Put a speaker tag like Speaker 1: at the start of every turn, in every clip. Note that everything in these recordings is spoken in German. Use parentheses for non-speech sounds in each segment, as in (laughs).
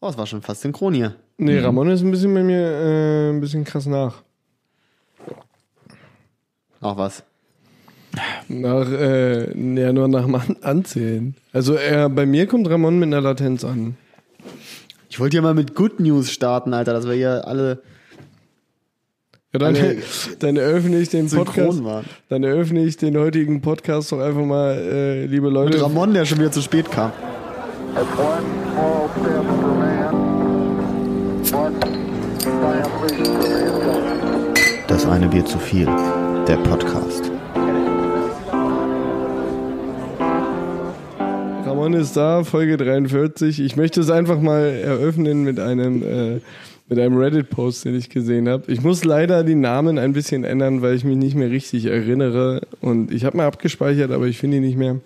Speaker 1: Oh, es war schon fast synchron hier.
Speaker 2: Nee, Ramon ist ein bisschen bei mir äh, ein bisschen krass nach.
Speaker 1: Auch was.
Speaker 2: Nach, äh, ja, nur nach dem An Anzählen. Also äh, bei mir kommt Ramon mit einer Latenz an.
Speaker 1: Ich wollte hier mal mit Good News starten, Alter, dass wir hier alle
Speaker 2: Ja, dann,
Speaker 1: Alle
Speaker 2: (laughs) dann eröffne ich den Podcast.
Speaker 1: synchron waren.
Speaker 2: Dann eröffne ich den heutigen Podcast doch einfach mal, äh, liebe
Speaker 1: Mit
Speaker 2: Leute.
Speaker 1: Ramon, der schon wieder zu spät kam.
Speaker 3: That's one small step for man, one giant leap for mankind.
Speaker 1: Das eine Bier zu viel. Der Podcast.
Speaker 2: Ramon ist da, Folge 43. Ich möchte es einfach mal eröffnen mit einem, äh, mit einem Reddit-Post, den ich gesehen habe. Ich muss leider die Namen ein bisschen ändern, weil ich mich nicht mehr richtig erinnere. Und ich habe mal abgespeichert, aber ich finde ihn nicht mehr.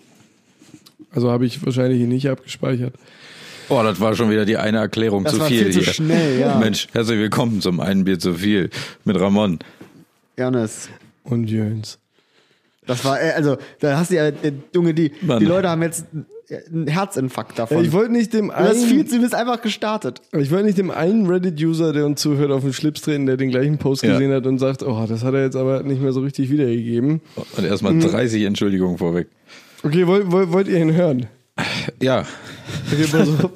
Speaker 2: Also habe ich wahrscheinlich ihn nicht abgespeichert.
Speaker 4: Oh, das war schon wieder die eine Erklärung
Speaker 1: Das
Speaker 4: zu
Speaker 1: war
Speaker 4: viel,
Speaker 1: viel zu
Speaker 4: hier.
Speaker 1: schnell, ja.
Speaker 4: Mensch, herzlich willkommen zum einen Bier zu viel mit Ramon.
Speaker 1: Ernest.
Speaker 2: Und Jöns.
Speaker 1: Das war, äh, also, da hast du ja, äh, Junge, die,
Speaker 4: Mann.
Speaker 1: die Leute haben jetzt äh, einen Herzinfarkt davon.
Speaker 2: Ich wollte nicht dem
Speaker 1: du, hast viel,
Speaker 2: einen,
Speaker 1: du bist einfach gestartet.
Speaker 2: ich wollte nicht dem einen Reddit-User, der uns zuhört, auf den Schlips treten, der den gleichen Post
Speaker 4: Ja.
Speaker 2: gesehen hat und sagt, oh, das hat er jetzt aber nicht mehr so richtig wiedergegeben.
Speaker 4: Und erstmal 30 Entschuldigungen vorweg.
Speaker 2: Okay, wollt, wollt, wollt ihr ihn hören?
Speaker 4: Ja,
Speaker 2: Okay, pass auf.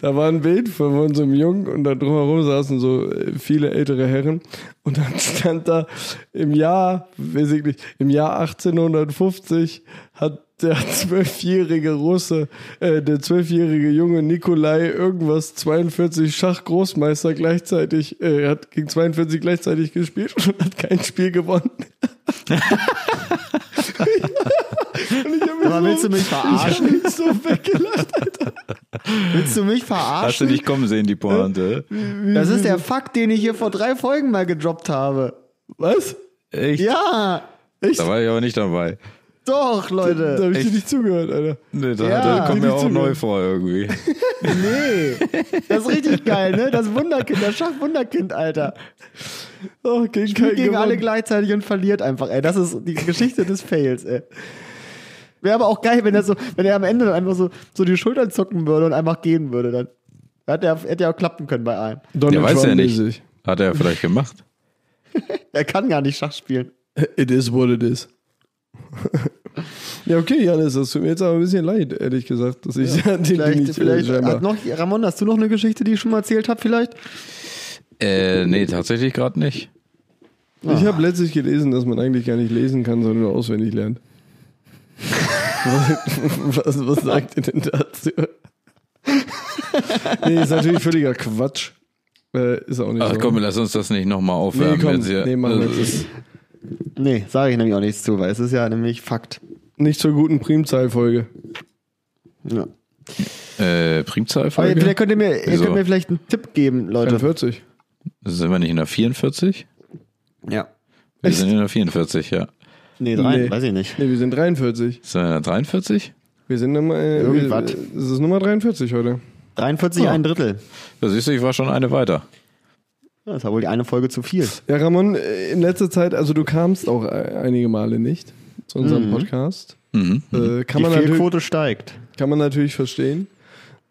Speaker 2: Da war ein Bild von unserem Jungen und da drumherum saßen so äh, viele ältere Herren und dann (laughs) stand da im Jahr, weiß ich nicht, im Jahr 1850 hat der zwölfjährige Russe, äh, der zwölfjährige Junge Nikolai irgendwas 42 Schachgroßmeister gleichzeitig, äh, hat gegen 42 gleichzeitig gespielt (laughs) und hat kein Spiel gewonnen. (laughs) und ich hab mich
Speaker 1: Aber willst du mich verarschen?
Speaker 2: mich so weggelacht.
Speaker 1: Willst du mich
Speaker 4: hast du
Speaker 1: verarschen?
Speaker 4: nicht kommen sehen, die Pointe?
Speaker 1: Das ist der Fakt, den ich hier vor drei Folgen mal gedroppt habe.
Speaker 2: Was?
Speaker 4: Echt?
Speaker 1: Ja,
Speaker 2: Echt?
Speaker 4: Da war ich aber nicht dabei.
Speaker 1: doch,
Speaker 2: Da
Speaker 1: Leute.
Speaker 2: habe ich dir nicht zugehört, Alter.
Speaker 4: Nee, da
Speaker 1: Ja.
Speaker 4: das kommt
Speaker 2: Die
Speaker 4: mir
Speaker 2: nicht
Speaker 4: auch
Speaker 2: zugehört.
Speaker 4: neu vor irgendwie.
Speaker 1: Nee, das ist richtig geil, ne? Das Wunderkind, das Schachwunderkind, Alter.
Speaker 2: Oh, gegen
Speaker 1: Spielt
Speaker 2: keinen
Speaker 1: gegen alle
Speaker 2: gewonnen.
Speaker 1: gleichzeitig und verliert einfach, ey. Das ist die Geschichte des Fails, ey. Wäre aber auch geil, wenn er so, wenn er am Ende dann einfach so, so die Schultern zucken würde und einfach gehen würde, dann. Hätte er, hätte er auch klappen können bei einem.
Speaker 2: Donald
Speaker 4: Der weiß ja
Speaker 2: mäßig.
Speaker 4: nicht. Hat er vielleicht gemacht?
Speaker 1: Er kann gar nicht Schach spielen.
Speaker 2: (laughs) It is what it is. (laughs) ja, okay, Janis, das tut mir jetzt aber ein bisschen leid, ehrlich gesagt, dass ich (laughs) den
Speaker 1: Vielleicht,
Speaker 2: nicht
Speaker 1: vielleicht
Speaker 2: äh,
Speaker 1: hat
Speaker 2: scheinbar-
Speaker 1: noch, Ramon, hast du noch eine Geschichte, die ich schon mal erzählt habe, vielleicht?
Speaker 4: Äh, nee, tatsächlich gerade nicht.
Speaker 2: Ich habe letztlich gelesen, dass man eigentlich gar nicht lesen kann, sondern nur auswendig lernt. (laughs) was, was sagt ihr denn dazu? nee, ist natürlich völliger Quatsch. Äh, ist auch nicht
Speaker 4: Ach
Speaker 2: so.
Speaker 4: komm, lass uns das nicht nochmal aufwärmen.
Speaker 2: nee, komm,
Speaker 4: jetzt hier.
Speaker 2: nee, machen wir
Speaker 4: Das
Speaker 2: nicht.
Speaker 4: ist-
Speaker 1: Nee, sage ich nämlich auch nichts zu, weil es ist ja nämlich Fakt.
Speaker 2: Nicht zur guten Primzahlfolge.
Speaker 1: Ja.
Speaker 4: Äh,
Speaker 1: Aber
Speaker 4: Primzahlfolge?
Speaker 1: vielleicht könnt ihr, mir, ihr
Speaker 4: Wieso?
Speaker 1: könnt mir vielleicht einen Tipp geben, Leute.
Speaker 2: 43.
Speaker 4: Sind wir nicht in der 44?
Speaker 1: Ja.
Speaker 4: Wir
Speaker 2: Echt?
Speaker 4: sind in der 44, ja.
Speaker 1: Nee, drei,
Speaker 2: Nee.
Speaker 1: weiß ich nicht.
Speaker 2: Nee, wir sind 43.
Speaker 4: Sind wir in der 43?
Speaker 2: Wir sind Nummer. Äh,
Speaker 1: Irgendwas.
Speaker 2: wir- Es ist Nummer 43 heute.
Speaker 1: 43, ein Drittel.
Speaker 4: Da siehst du, ich war schon eine weiter.
Speaker 1: Das ist ja wohl die eine Folge zu viel.
Speaker 2: Ja, Ramon, äh, in letzter Zeit, also du kamst auch äh, einige Male nicht zu unserem Podcast. Äh, kann,
Speaker 1: Die
Speaker 2: man natürlich,
Speaker 1: Fehlquote steigt.
Speaker 2: kann man natürlich verstehen.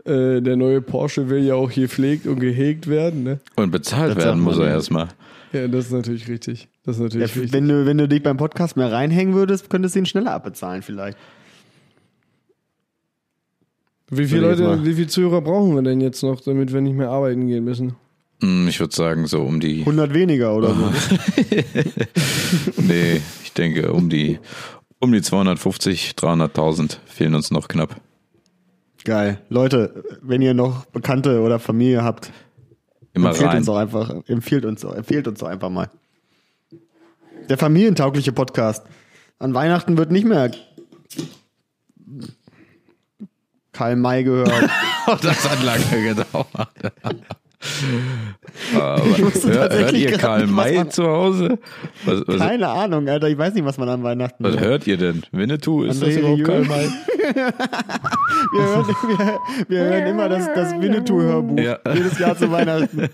Speaker 2: Äh, der neue Porsche will ja auch hier pflegt und gehegt werden. Ne?
Speaker 4: Und bezahlt
Speaker 1: Das
Speaker 4: werden
Speaker 1: sagt man
Speaker 4: muss er
Speaker 1: nicht.
Speaker 4: erstmal.
Speaker 2: Ja, das ist natürlich richtig. Das ist
Speaker 1: Ja,
Speaker 2: natürlich richtig.
Speaker 1: wenn, du, wenn du dich beim Podcast mehr reinhängen würdest, könntest du ihn schneller abbezahlen vielleicht.
Speaker 2: Wie viele
Speaker 1: Würde ich jetzt
Speaker 2: Leute,
Speaker 1: mal-
Speaker 2: wie viele Zuhörer brauchen wir denn jetzt noch, damit wir nicht mehr arbeiten gehen müssen?
Speaker 4: Hm, Ich würde sagen, so um die.
Speaker 1: 100 weniger oder so.
Speaker 4: Nee, ich denke, um die, um die 250, 300.000 fehlen uns noch knapp.
Speaker 1: Geil. Leute, wenn ihr noch Bekannte oder Familie habt,
Speaker 4: Immer
Speaker 1: empfehlt
Speaker 4: rein.
Speaker 1: uns
Speaker 4: (laughs)
Speaker 1: doch einfach, empfiehlt uns, doch- empfehlt uns doch einfach mal. Der familientaugliche Podcast. An Weihnachten wird nicht mehr Karl May
Speaker 2: (laughs)
Speaker 1: gehört.
Speaker 4: Oh, das hat lange
Speaker 1: (laughs)
Speaker 4: gedauert. Aber,
Speaker 1: wusste
Speaker 4: hör, hört
Speaker 1: tatsächlich
Speaker 4: ihr
Speaker 1: gerade
Speaker 4: Karl
Speaker 1: nicht, was
Speaker 4: May
Speaker 1: man-
Speaker 4: zu Hause? Was, was,
Speaker 1: Keine Ahnung, Alter. Ich weiß nicht, was man an Weihnachten
Speaker 2: Also,
Speaker 4: was
Speaker 1: hört.
Speaker 4: hört ihr denn? Winnetou, ist das
Speaker 1: André
Speaker 4: überhaupt Karl
Speaker 1: Jürgen?
Speaker 4: May?
Speaker 1: (laughs) Wir hören, wir, wir hören immer das, das Winnetou-Hörbuch.
Speaker 4: Ja.
Speaker 1: Jedes Jahr zu Weihnachten.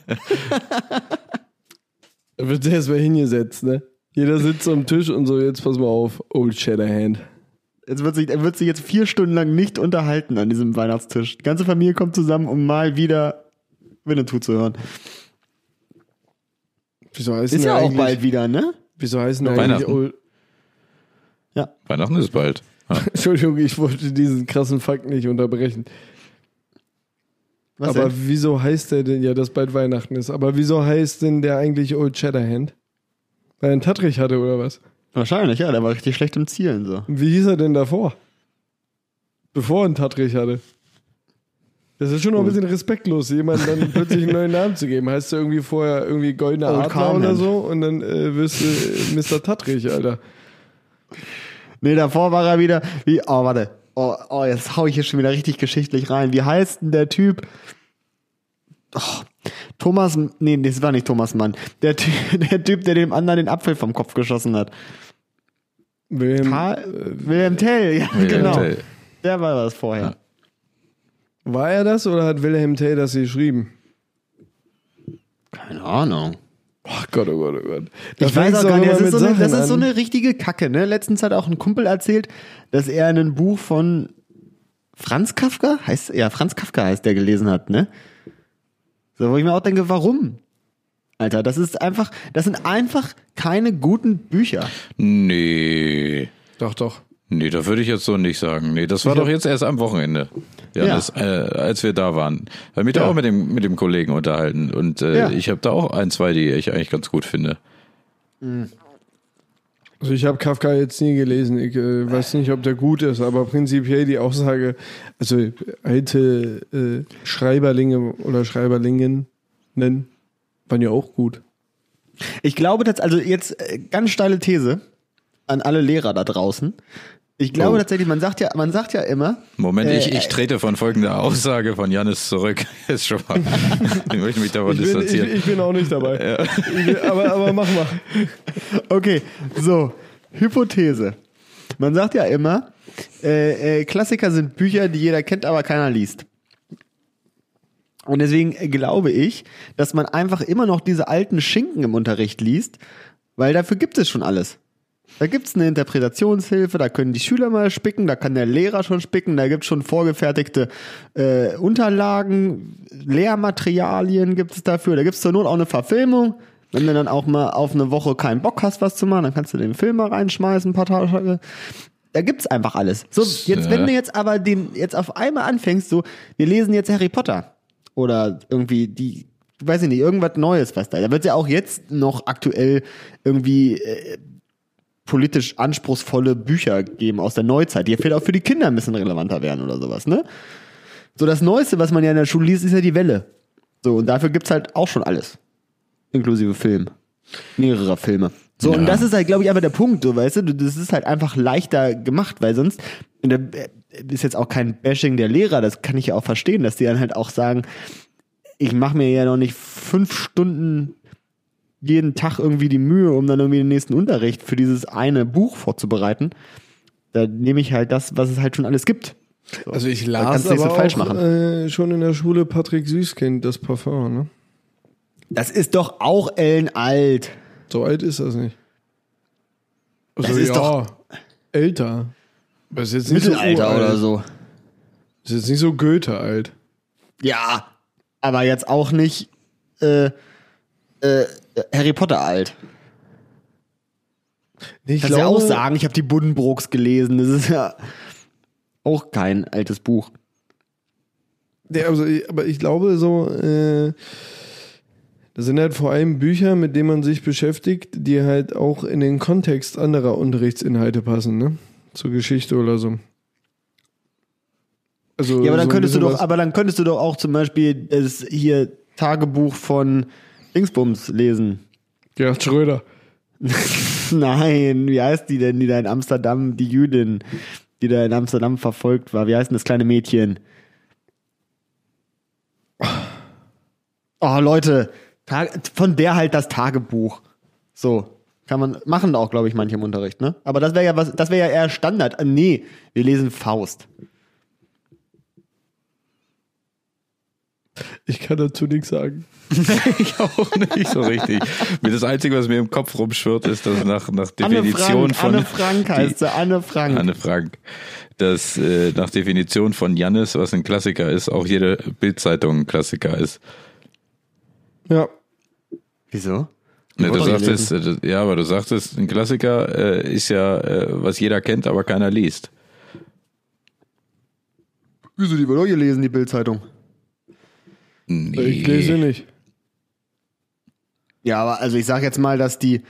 Speaker 2: Da wird erstmal hingesetzt, ne? Jeder sitzt am Tisch und so, jetzt pass mal auf, Old Shatterhand.
Speaker 1: Jetzt wird sich, er wird sich jetzt vier Stunden lang nicht unterhalten an diesem Weihnachtstisch. Die ganze Familie kommt zusammen, um mal wieder Winnetou zu hören.
Speaker 2: Wieso heißen
Speaker 1: Ist
Speaker 2: die
Speaker 1: ja auch
Speaker 2: eigentlich-
Speaker 1: bald wieder, ne?
Speaker 2: Wieso heißen die eigentlich
Speaker 4: Weihnachten.
Speaker 2: Old,
Speaker 1: Ja.
Speaker 4: Weihnachten ist bald. Ah. Ja.
Speaker 2: Entschuldigung, ich wollte diesen krassen Fakt nicht unterbrechen.
Speaker 1: Was
Speaker 2: aber
Speaker 1: denn?
Speaker 2: wieso heißt der denn, ja, dass bald Weihnachten ist, aber wieso heißt denn der eigentlich Old Shatterhand? Weil er einen Tattrich hatte oder was?
Speaker 1: Wahrscheinlich, ja. Der war richtig schlecht im Zielen so.
Speaker 2: Und wie hieß er denn davor? Bevor er einen Tattrich hatte. Das ist schon noch ein bisschen respektlos,
Speaker 1: (laughs)
Speaker 2: jemandem dann plötzlich einen neuen Namen zu geben. Heißt du irgendwie vorher irgendwie Goldener
Speaker 1: Old
Speaker 2: Adler oder
Speaker 1: Carmen.
Speaker 2: so und dann äh, wirst du äh, Mr. Tattrich, Alter.
Speaker 1: Nee, davor war er wieder wie, oh, warte. Oh, oh, jetzt hau ich hier schon wieder richtig geschichtlich rein. Wie heißt denn der Typ? Oh, Thomas, nee, das war nicht Thomas Mann. Der, Ty- (laughs) der Typ, der dem anderen den Apfel vom Kopf geschossen hat.
Speaker 2: Wilhelm,
Speaker 1: Karl, Wilhelm Tell, ja, genau.
Speaker 4: Tell.
Speaker 1: Der war das vorher.
Speaker 4: Ja.
Speaker 2: war er das oder hat Wilhelm Tell das geschrieben?
Speaker 1: Keine Ahnung.
Speaker 2: Ach Gott, oh Gott, oh Gott. Da
Speaker 1: Ich weiß
Speaker 2: fängt's
Speaker 1: auch
Speaker 2: doch
Speaker 1: gar nicht,
Speaker 2: immer
Speaker 1: das ist,
Speaker 2: mit
Speaker 1: so eine, das
Speaker 2: Sachen
Speaker 1: ist so
Speaker 2: an.
Speaker 1: eine richtige Kacke, ne? Letztens hat auch ein Kumpel erzählt, dass er ein Buch von Franz Kafka, heißt, ja, Franz Kafka heißt der gelesen hat, ne? So, wo ich mir auch denke, warum? Alter, das ist einfach, das sind einfach keine guten Bücher.
Speaker 4: Nee.
Speaker 2: Doch, doch.
Speaker 4: Nee, da würde ich jetzt so nicht sagen. Nee, das war doch jetzt erst am Wochenende. Ja,
Speaker 1: Ja.
Speaker 4: Das, äh, als wir da waren. Hab mich da auch mit dem, mit dem Kollegen unterhalten. Und äh,
Speaker 1: Ja.
Speaker 4: ich habe da auch ein, zwei, die ich eigentlich ganz gut finde.
Speaker 2: Also ich habe Kafka jetzt nie gelesen. Ich äh, weiß nicht, ob der gut ist, aber prinzipiell die Aussage, also äh, alte äh, Schreiberlinge oder Schreiberlingen nennen, waren ja auch gut.
Speaker 1: Ich glaube, dass, also jetzt äh, ganz steile These an alle Lehrer da draußen. Ich glaube
Speaker 4: Oh.
Speaker 1: tatsächlich, man sagt ja, man sagt ja immer,
Speaker 4: Moment, ich,
Speaker 1: Äh,
Speaker 4: ich trete von folgender Aussage von Jannis zurück. (laughs) Ist schon mal. ich möchte mich davon
Speaker 2: Ich bin, ich,
Speaker 4: distanzieren.
Speaker 2: ich bin auch nicht
Speaker 1: (laughs)
Speaker 2: dabei. Ich bin, aber, aber mach mal.
Speaker 1: Okay, so, Hypothese. Man sagt ja immer, äh, äh, Klassiker sind Bücher, die jeder kennt, aber keiner liest. Und deswegen glaube ich, dass man einfach immer noch diese alten Schinken im Unterricht liest, weil dafür gibt es schon alles. Da gibt es eine Interpretationshilfe, da können die Schüler mal spicken, da kann der Lehrer schon spicken, da gibt es schon vorgefertigte äh, Unterlagen, Lehrmaterialien gibt es dafür, da gibt es zur Not auch eine Verfilmung. Wenn du dann auch mal auf eine Woche keinen Bock hast, was zu machen, dann kannst du den Film mal reinschmeißen, ein paar Tage. äh, Da gibt's einfach alles. So, jetzt, wenn du jetzt aber den, jetzt auf einmal anfängst, so, wir lesen jetzt Harry Potter. Oder irgendwie die, weiß ich nicht, irgendwas Neues, was da. Da wird's ja auch jetzt noch aktuell irgendwie äh, politisch anspruchsvolle Bücher geben aus der Neuzeit, die vielleicht auch für die Kinder ein bisschen relevanter werden oder sowas, ne? So, das Neueste, was man ja in der Schule liest, ist ja die Welle. So, und dafür gibt's halt auch schon alles. Inklusive Film. Mehrerer Filme. So, und das ist halt, glaube ich, einfach der Punkt, so, weißt du, du- das ist halt einfach leichter gemacht, weil sonst, und da äh, ist jetzt auch kein Bashing der Lehrer, das kann ich ja auch verstehen, dass die dann halt auch sagen, ich mache mir ja noch nicht fünf Stunden jeden Tag irgendwie die Mühe, um dann irgendwie den nächsten Unterricht für dieses eine Buch vorzubereiten. Da nehme ich halt das, was es halt schon alles gibt.
Speaker 2: Also ich
Speaker 1: kannst
Speaker 2: las
Speaker 1: du nichts
Speaker 2: aber
Speaker 1: mit falsch
Speaker 2: auch,
Speaker 1: machen.
Speaker 2: Äh, schon in der Schule Patrick Süßkind, das Parfum. Ne?
Speaker 1: Das ist doch auch ellenalt.
Speaker 2: So alt ist das nicht. Also
Speaker 1: Das ist
Speaker 2: ja,
Speaker 1: doch-
Speaker 2: älter. Aber ist jetzt nicht
Speaker 1: Mittelalter
Speaker 2: so uralt.
Speaker 1: oder so.
Speaker 2: Ist jetzt nicht so Goethe alt.
Speaker 1: Ja, aber jetzt auch nicht äh, äh, Harry Potter alt.
Speaker 2: Nee, ich
Speaker 1: Kannst ja auch sagen, ich habe die Buddenbrooks gelesen. Das ist ja auch kein altes Buch.
Speaker 2: Nee, also, ich- aber ich glaube so, äh, das sind halt vor allem Bücher, mit denen man sich beschäftigt, die halt auch in den Kontext anderer Unterrichtsinhalte passen, ne? Zur Geschichte oder so. Also
Speaker 1: Ja, aber dann
Speaker 2: so ein
Speaker 1: könntest du
Speaker 2: bisschen
Speaker 1: doch,
Speaker 2: was-
Speaker 1: aber dann könntest du doch auch zum Beispiel das hier Tagebuch von Dingsbums lesen.
Speaker 2: Gerhard Schröder.
Speaker 1: (laughs) Nein, wie heißt die denn, die da in Amsterdam, die Jüdin, die da in Amsterdam verfolgt war? Wie heißt denn das kleine Mädchen? Oh, Leute, Tag- von der halt das Tagebuch. So. Kann man, machen auch, glaube ich, manche im Unterricht, ne? Aber das wäre ja was, das wäre ja eher Standard. Ah, Nee, wir lesen Faust.
Speaker 2: Ich kann dazu nichts sagen.
Speaker 4: ich auch nicht so richtig. Mir das Einzige, was mir im Kopf rumschwirrt, ist, dass nach, nach Definition
Speaker 1: Anne Frank, Anne
Speaker 4: von.
Speaker 1: Frank heißt sie, Anne Frank.
Speaker 4: Anne Frank, dass äh, nach Definition von Jannis, was ein Klassiker ist, auch jede Bildzeitung ein Klassiker ist.
Speaker 2: Ja.
Speaker 1: Wieso?
Speaker 4: Ne, du
Speaker 1: Wollte ich
Speaker 4: sagtest, äh, das- ja, aber du sagtest, ein Klassiker äh, ist ja, äh, was jeder kennt, aber keiner liest.
Speaker 1: Wieso, die wird doch gelesen, die Bildzeitung.
Speaker 4: Nee.
Speaker 2: Ich lese nicht.
Speaker 1: Ja, aber also ich sag jetzt mal, dass die,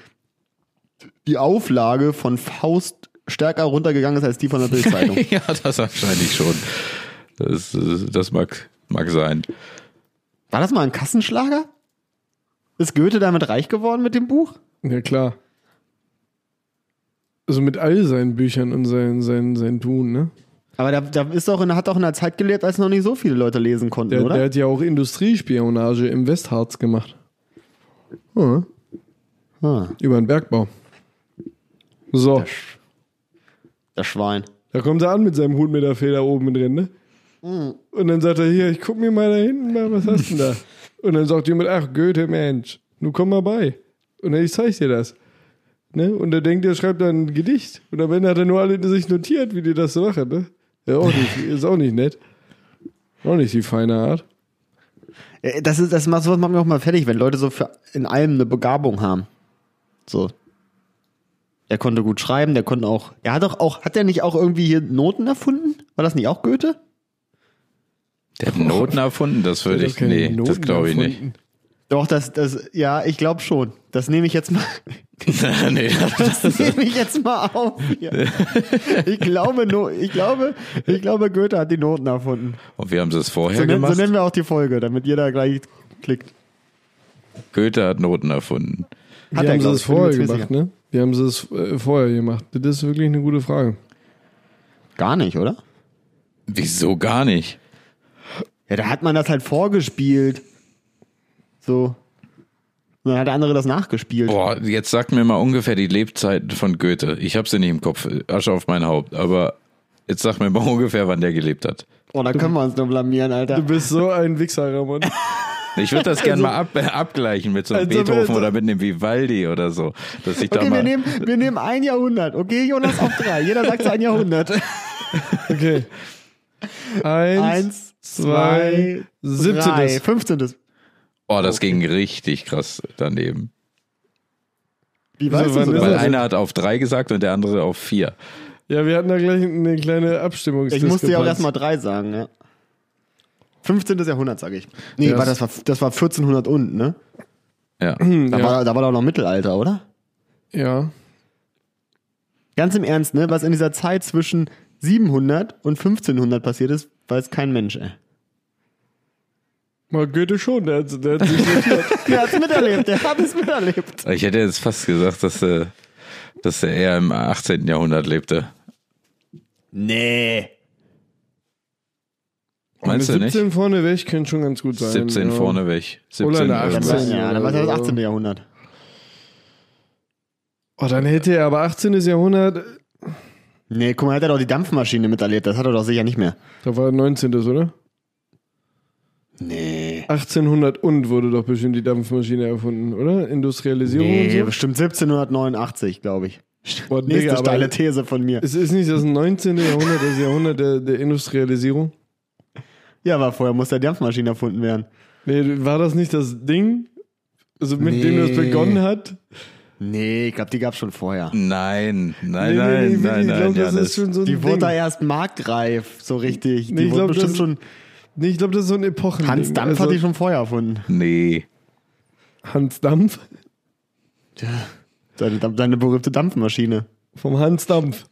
Speaker 1: die Auflage von Faust stärker runtergegangen ist als die von der Bildzeitung.
Speaker 4: (laughs)
Speaker 2: (laughs)
Speaker 4: ja, das wahrscheinlich schon. Das, äh, das mag, mag sein.
Speaker 1: War das mal ein Kassenschlager? Ist Goethe damit reich geworden mit dem Buch?
Speaker 2: Ja, klar. Also mit all seinen Büchern und sein, sein, sein Tun, ne?
Speaker 1: Aber da, da ist doch in, hat doch in einer Zeit gelebt, als noch nicht so viele Leute lesen konnten,
Speaker 2: Der,
Speaker 1: oder?
Speaker 2: der hat ja auch Industriespionage im Westharz gemacht. Hm.
Speaker 1: ah,
Speaker 2: Über den Bergbau. So,
Speaker 1: das Schwein.
Speaker 2: da kommt er an mit seinem Hut mit der Feder oben drin, ne? Und dann sagt er, hier, ich guck mir mal da hinten mal, was hast du denn da? Und dann sagt jemand, ach, Goethe, Mensch, nun komm mal bei. Und dann, ich zeig dir das. Ne? Und er denkt, er schreibt dann ein Gedicht. Und am Ende hat er nur alle sich notiert, wie die das so machen, ne? Ja, auch nicht, ist auch nicht nett. Auch nicht die feine Art.
Speaker 1: Äh, Das ist, das macht, sowas macht mich auch mal fertig, wenn Leute so für in allem eine Begabung haben. So. Er konnte gut schreiben, der konnte auch. Er hat doch auch, hat er nicht auch irgendwie hier Noten erfunden? War das nicht auch Goethe?
Speaker 4: Der hat Noten erfunden, das würde
Speaker 2: Der hat
Speaker 4: ich,
Speaker 2: keine
Speaker 4: nee, das
Speaker 2: Noten
Speaker 4: glaube ich nicht.
Speaker 2: erfunden.
Speaker 1: Doch, das, das, ja, ich glaube schon. Das nehme ich
Speaker 2: (laughs)
Speaker 1: jetzt mal.
Speaker 4: (laughs) nee, das,
Speaker 1: Das nehme ich jetzt mal auf. Hier.
Speaker 2: (laughs)
Speaker 1: Ich glaube, no, ich glaube, ich glaube, Goethe hat die Noten erfunden.
Speaker 4: und wir haben es vorher
Speaker 1: So, nennen- so
Speaker 4: gemacht.
Speaker 1: nennen wir auch die Folge, damit jeder gleich klickt.
Speaker 4: Goethe hat Noten erfunden.
Speaker 2: Wie
Speaker 1: er,
Speaker 2: haben sie
Speaker 1: glaub
Speaker 2: es
Speaker 1: ich, bin mir
Speaker 2: vorher
Speaker 1: ziemlich
Speaker 2: gemacht,
Speaker 1: sicher.
Speaker 2: ne? Wie haben sie es äh, vorher gemacht? Das ist wirklich eine gute Frage.
Speaker 1: Gar nicht, oder?
Speaker 4: Wieso gar nicht?
Speaker 1: Ja, da hat man das halt vorgespielt. So. Und dann hat der andere das nachgespielt.
Speaker 4: Boah, jetzt sag mir mal ungefähr die Lebzeiten von Goethe. Ich habe sie nicht im Kopf, Asche auf mein Haupt, aber jetzt sag mir mal (laughs) ungefähr, wann der gelebt hat.
Speaker 1: Oh, da können wir uns nur blamieren,
Speaker 2: Du
Speaker 1: Alter.
Speaker 2: bist so ein Wichser, Ramon.
Speaker 4: Ich würde
Speaker 2: (laughs)
Speaker 4: das gerne mal ab, äh, abgleichen mit so einem
Speaker 2: Also,
Speaker 4: Beethoven
Speaker 2: also-
Speaker 4: oder mit einem Vivaldi oder so. Dass ich da
Speaker 1: Okay,
Speaker 4: mal,
Speaker 1: wir nehmen, wir nehmen ein Jahrhundert. Okay, Jonas, auf drei. Jeder sagt sein
Speaker 2: (laughs)
Speaker 1: Jahrhundert.
Speaker 2: Okay. Eins,
Speaker 1: Eins,
Speaker 2: zwei,
Speaker 1: zwei, drei.
Speaker 2: siebzehntes.
Speaker 1: 15.
Speaker 4: oh, das ging richtig krass daneben.
Speaker 1: Wie
Speaker 2: Also,
Speaker 1: weißt
Speaker 2: wann
Speaker 1: du
Speaker 2: ist
Speaker 1: so
Speaker 4: Weil
Speaker 2: das?
Speaker 1: das?
Speaker 4: einer hat auf drei gesagt und der andere auf vier.
Speaker 2: Ja, wir hatten da gleich eine kleine Abstimmung.
Speaker 1: Ich musste ja auch erstmal drei sagen, ja. 15. Jahrhundert, sage ich. Nee,
Speaker 2: Ja,
Speaker 1: war
Speaker 2: das-
Speaker 1: das, war, das war 1400 und, ne?
Speaker 2: (clears throat)
Speaker 4: Ja.
Speaker 1: Da,
Speaker 2: Ja.
Speaker 1: war, da war doch noch Mittelalter, oder?
Speaker 2: Ja.
Speaker 1: Ganz im Ernst, ne? Was in dieser Zeit zwischen 700 und 1500 passiert ist, weiß kein Mensch, ey.
Speaker 2: Mal Goethe schon. Der hat, der hat
Speaker 4: (laughs)
Speaker 2: sich,
Speaker 1: (laughs) Der hat's miterlebt, der hat es miterlebt.
Speaker 4: Ich hätte jetzt fast gesagt, dass, äh, dass er eher im 18. Jahrhundert lebte.
Speaker 1: Nee.
Speaker 4: Meinst du
Speaker 2: Oh, mit
Speaker 4: nicht?
Speaker 2: 17 vorne weg könnte schon ganz gut sein.
Speaker 4: 17
Speaker 2: ja.
Speaker 4: vorne weg. 17
Speaker 2: Oder eine
Speaker 1: Kann
Speaker 4: irgendwas.
Speaker 1: sein,
Speaker 2: 18
Speaker 1: ja, dann war es ja das 18. Jahrhundert.
Speaker 2: Oh, dann hätte er aber 18. Jahrhundert.
Speaker 1: Nee, guck mal, hat er doch die Dampfmaschine miterlebt, das hat er doch sicher nicht mehr.
Speaker 2: Da war 19. oder?
Speaker 1: Nee.
Speaker 2: 1800 und wurde doch bestimmt die Dampfmaschine erfunden, oder? Industrialisierung
Speaker 1: Nee,
Speaker 2: und
Speaker 1: bestimmt 1789, glaube ich.
Speaker 2: so. Boah,
Speaker 1: Nächste
Speaker 2: Digga, aber
Speaker 1: steile These von mir.
Speaker 2: Es ist nicht das 19. Jahrhundert, das Jahrhundert der, der Industrialisierung.
Speaker 1: Ja, aber vorher muss der Dampfmaschine erfunden werden.
Speaker 2: Nee, war das nicht das Ding, also mit dem das
Speaker 1: Nee.
Speaker 2: begonnen hat?
Speaker 1: Nee, ich glaube, die gab's schon vorher.
Speaker 4: Nein, nein,
Speaker 2: Nee, nee,
Speaker 4: nein,
Speaker 2: nee,
Speaker 4: nein,
Speaker 2: ich glaub,
Speaker 4: nein,
Speaker 2: das ist
Speaker 4: Janis.
Speaker 2: schon so ein
Speaker 1: Die wurde
Speaker 2: Ding.
Speaker 1: da erst marktreif, so richtig. Die
Speaker 2: Nee, ich
Speaker 1: wurde
Speaker 2: glaub,
Speaker 1: bestimmt
Speaker 2: das-
Speaker 1: schon.
Speaker 2: Nee, ich glaube, das ist so ein Epochen.
Speaker 1: Hans Dampf
Speaker 2: also,
Speaker 1: hat die schon vorher erfunden.
Speaker 4: Nee.
Speaker 2: Hans Dampf?
Speaker 1: Seine, Damp- seine berühmte Dampfmaschine.
Speaker 2: Vom
Speaker 1: (laughs)
Speaker 2: Hans Dampf.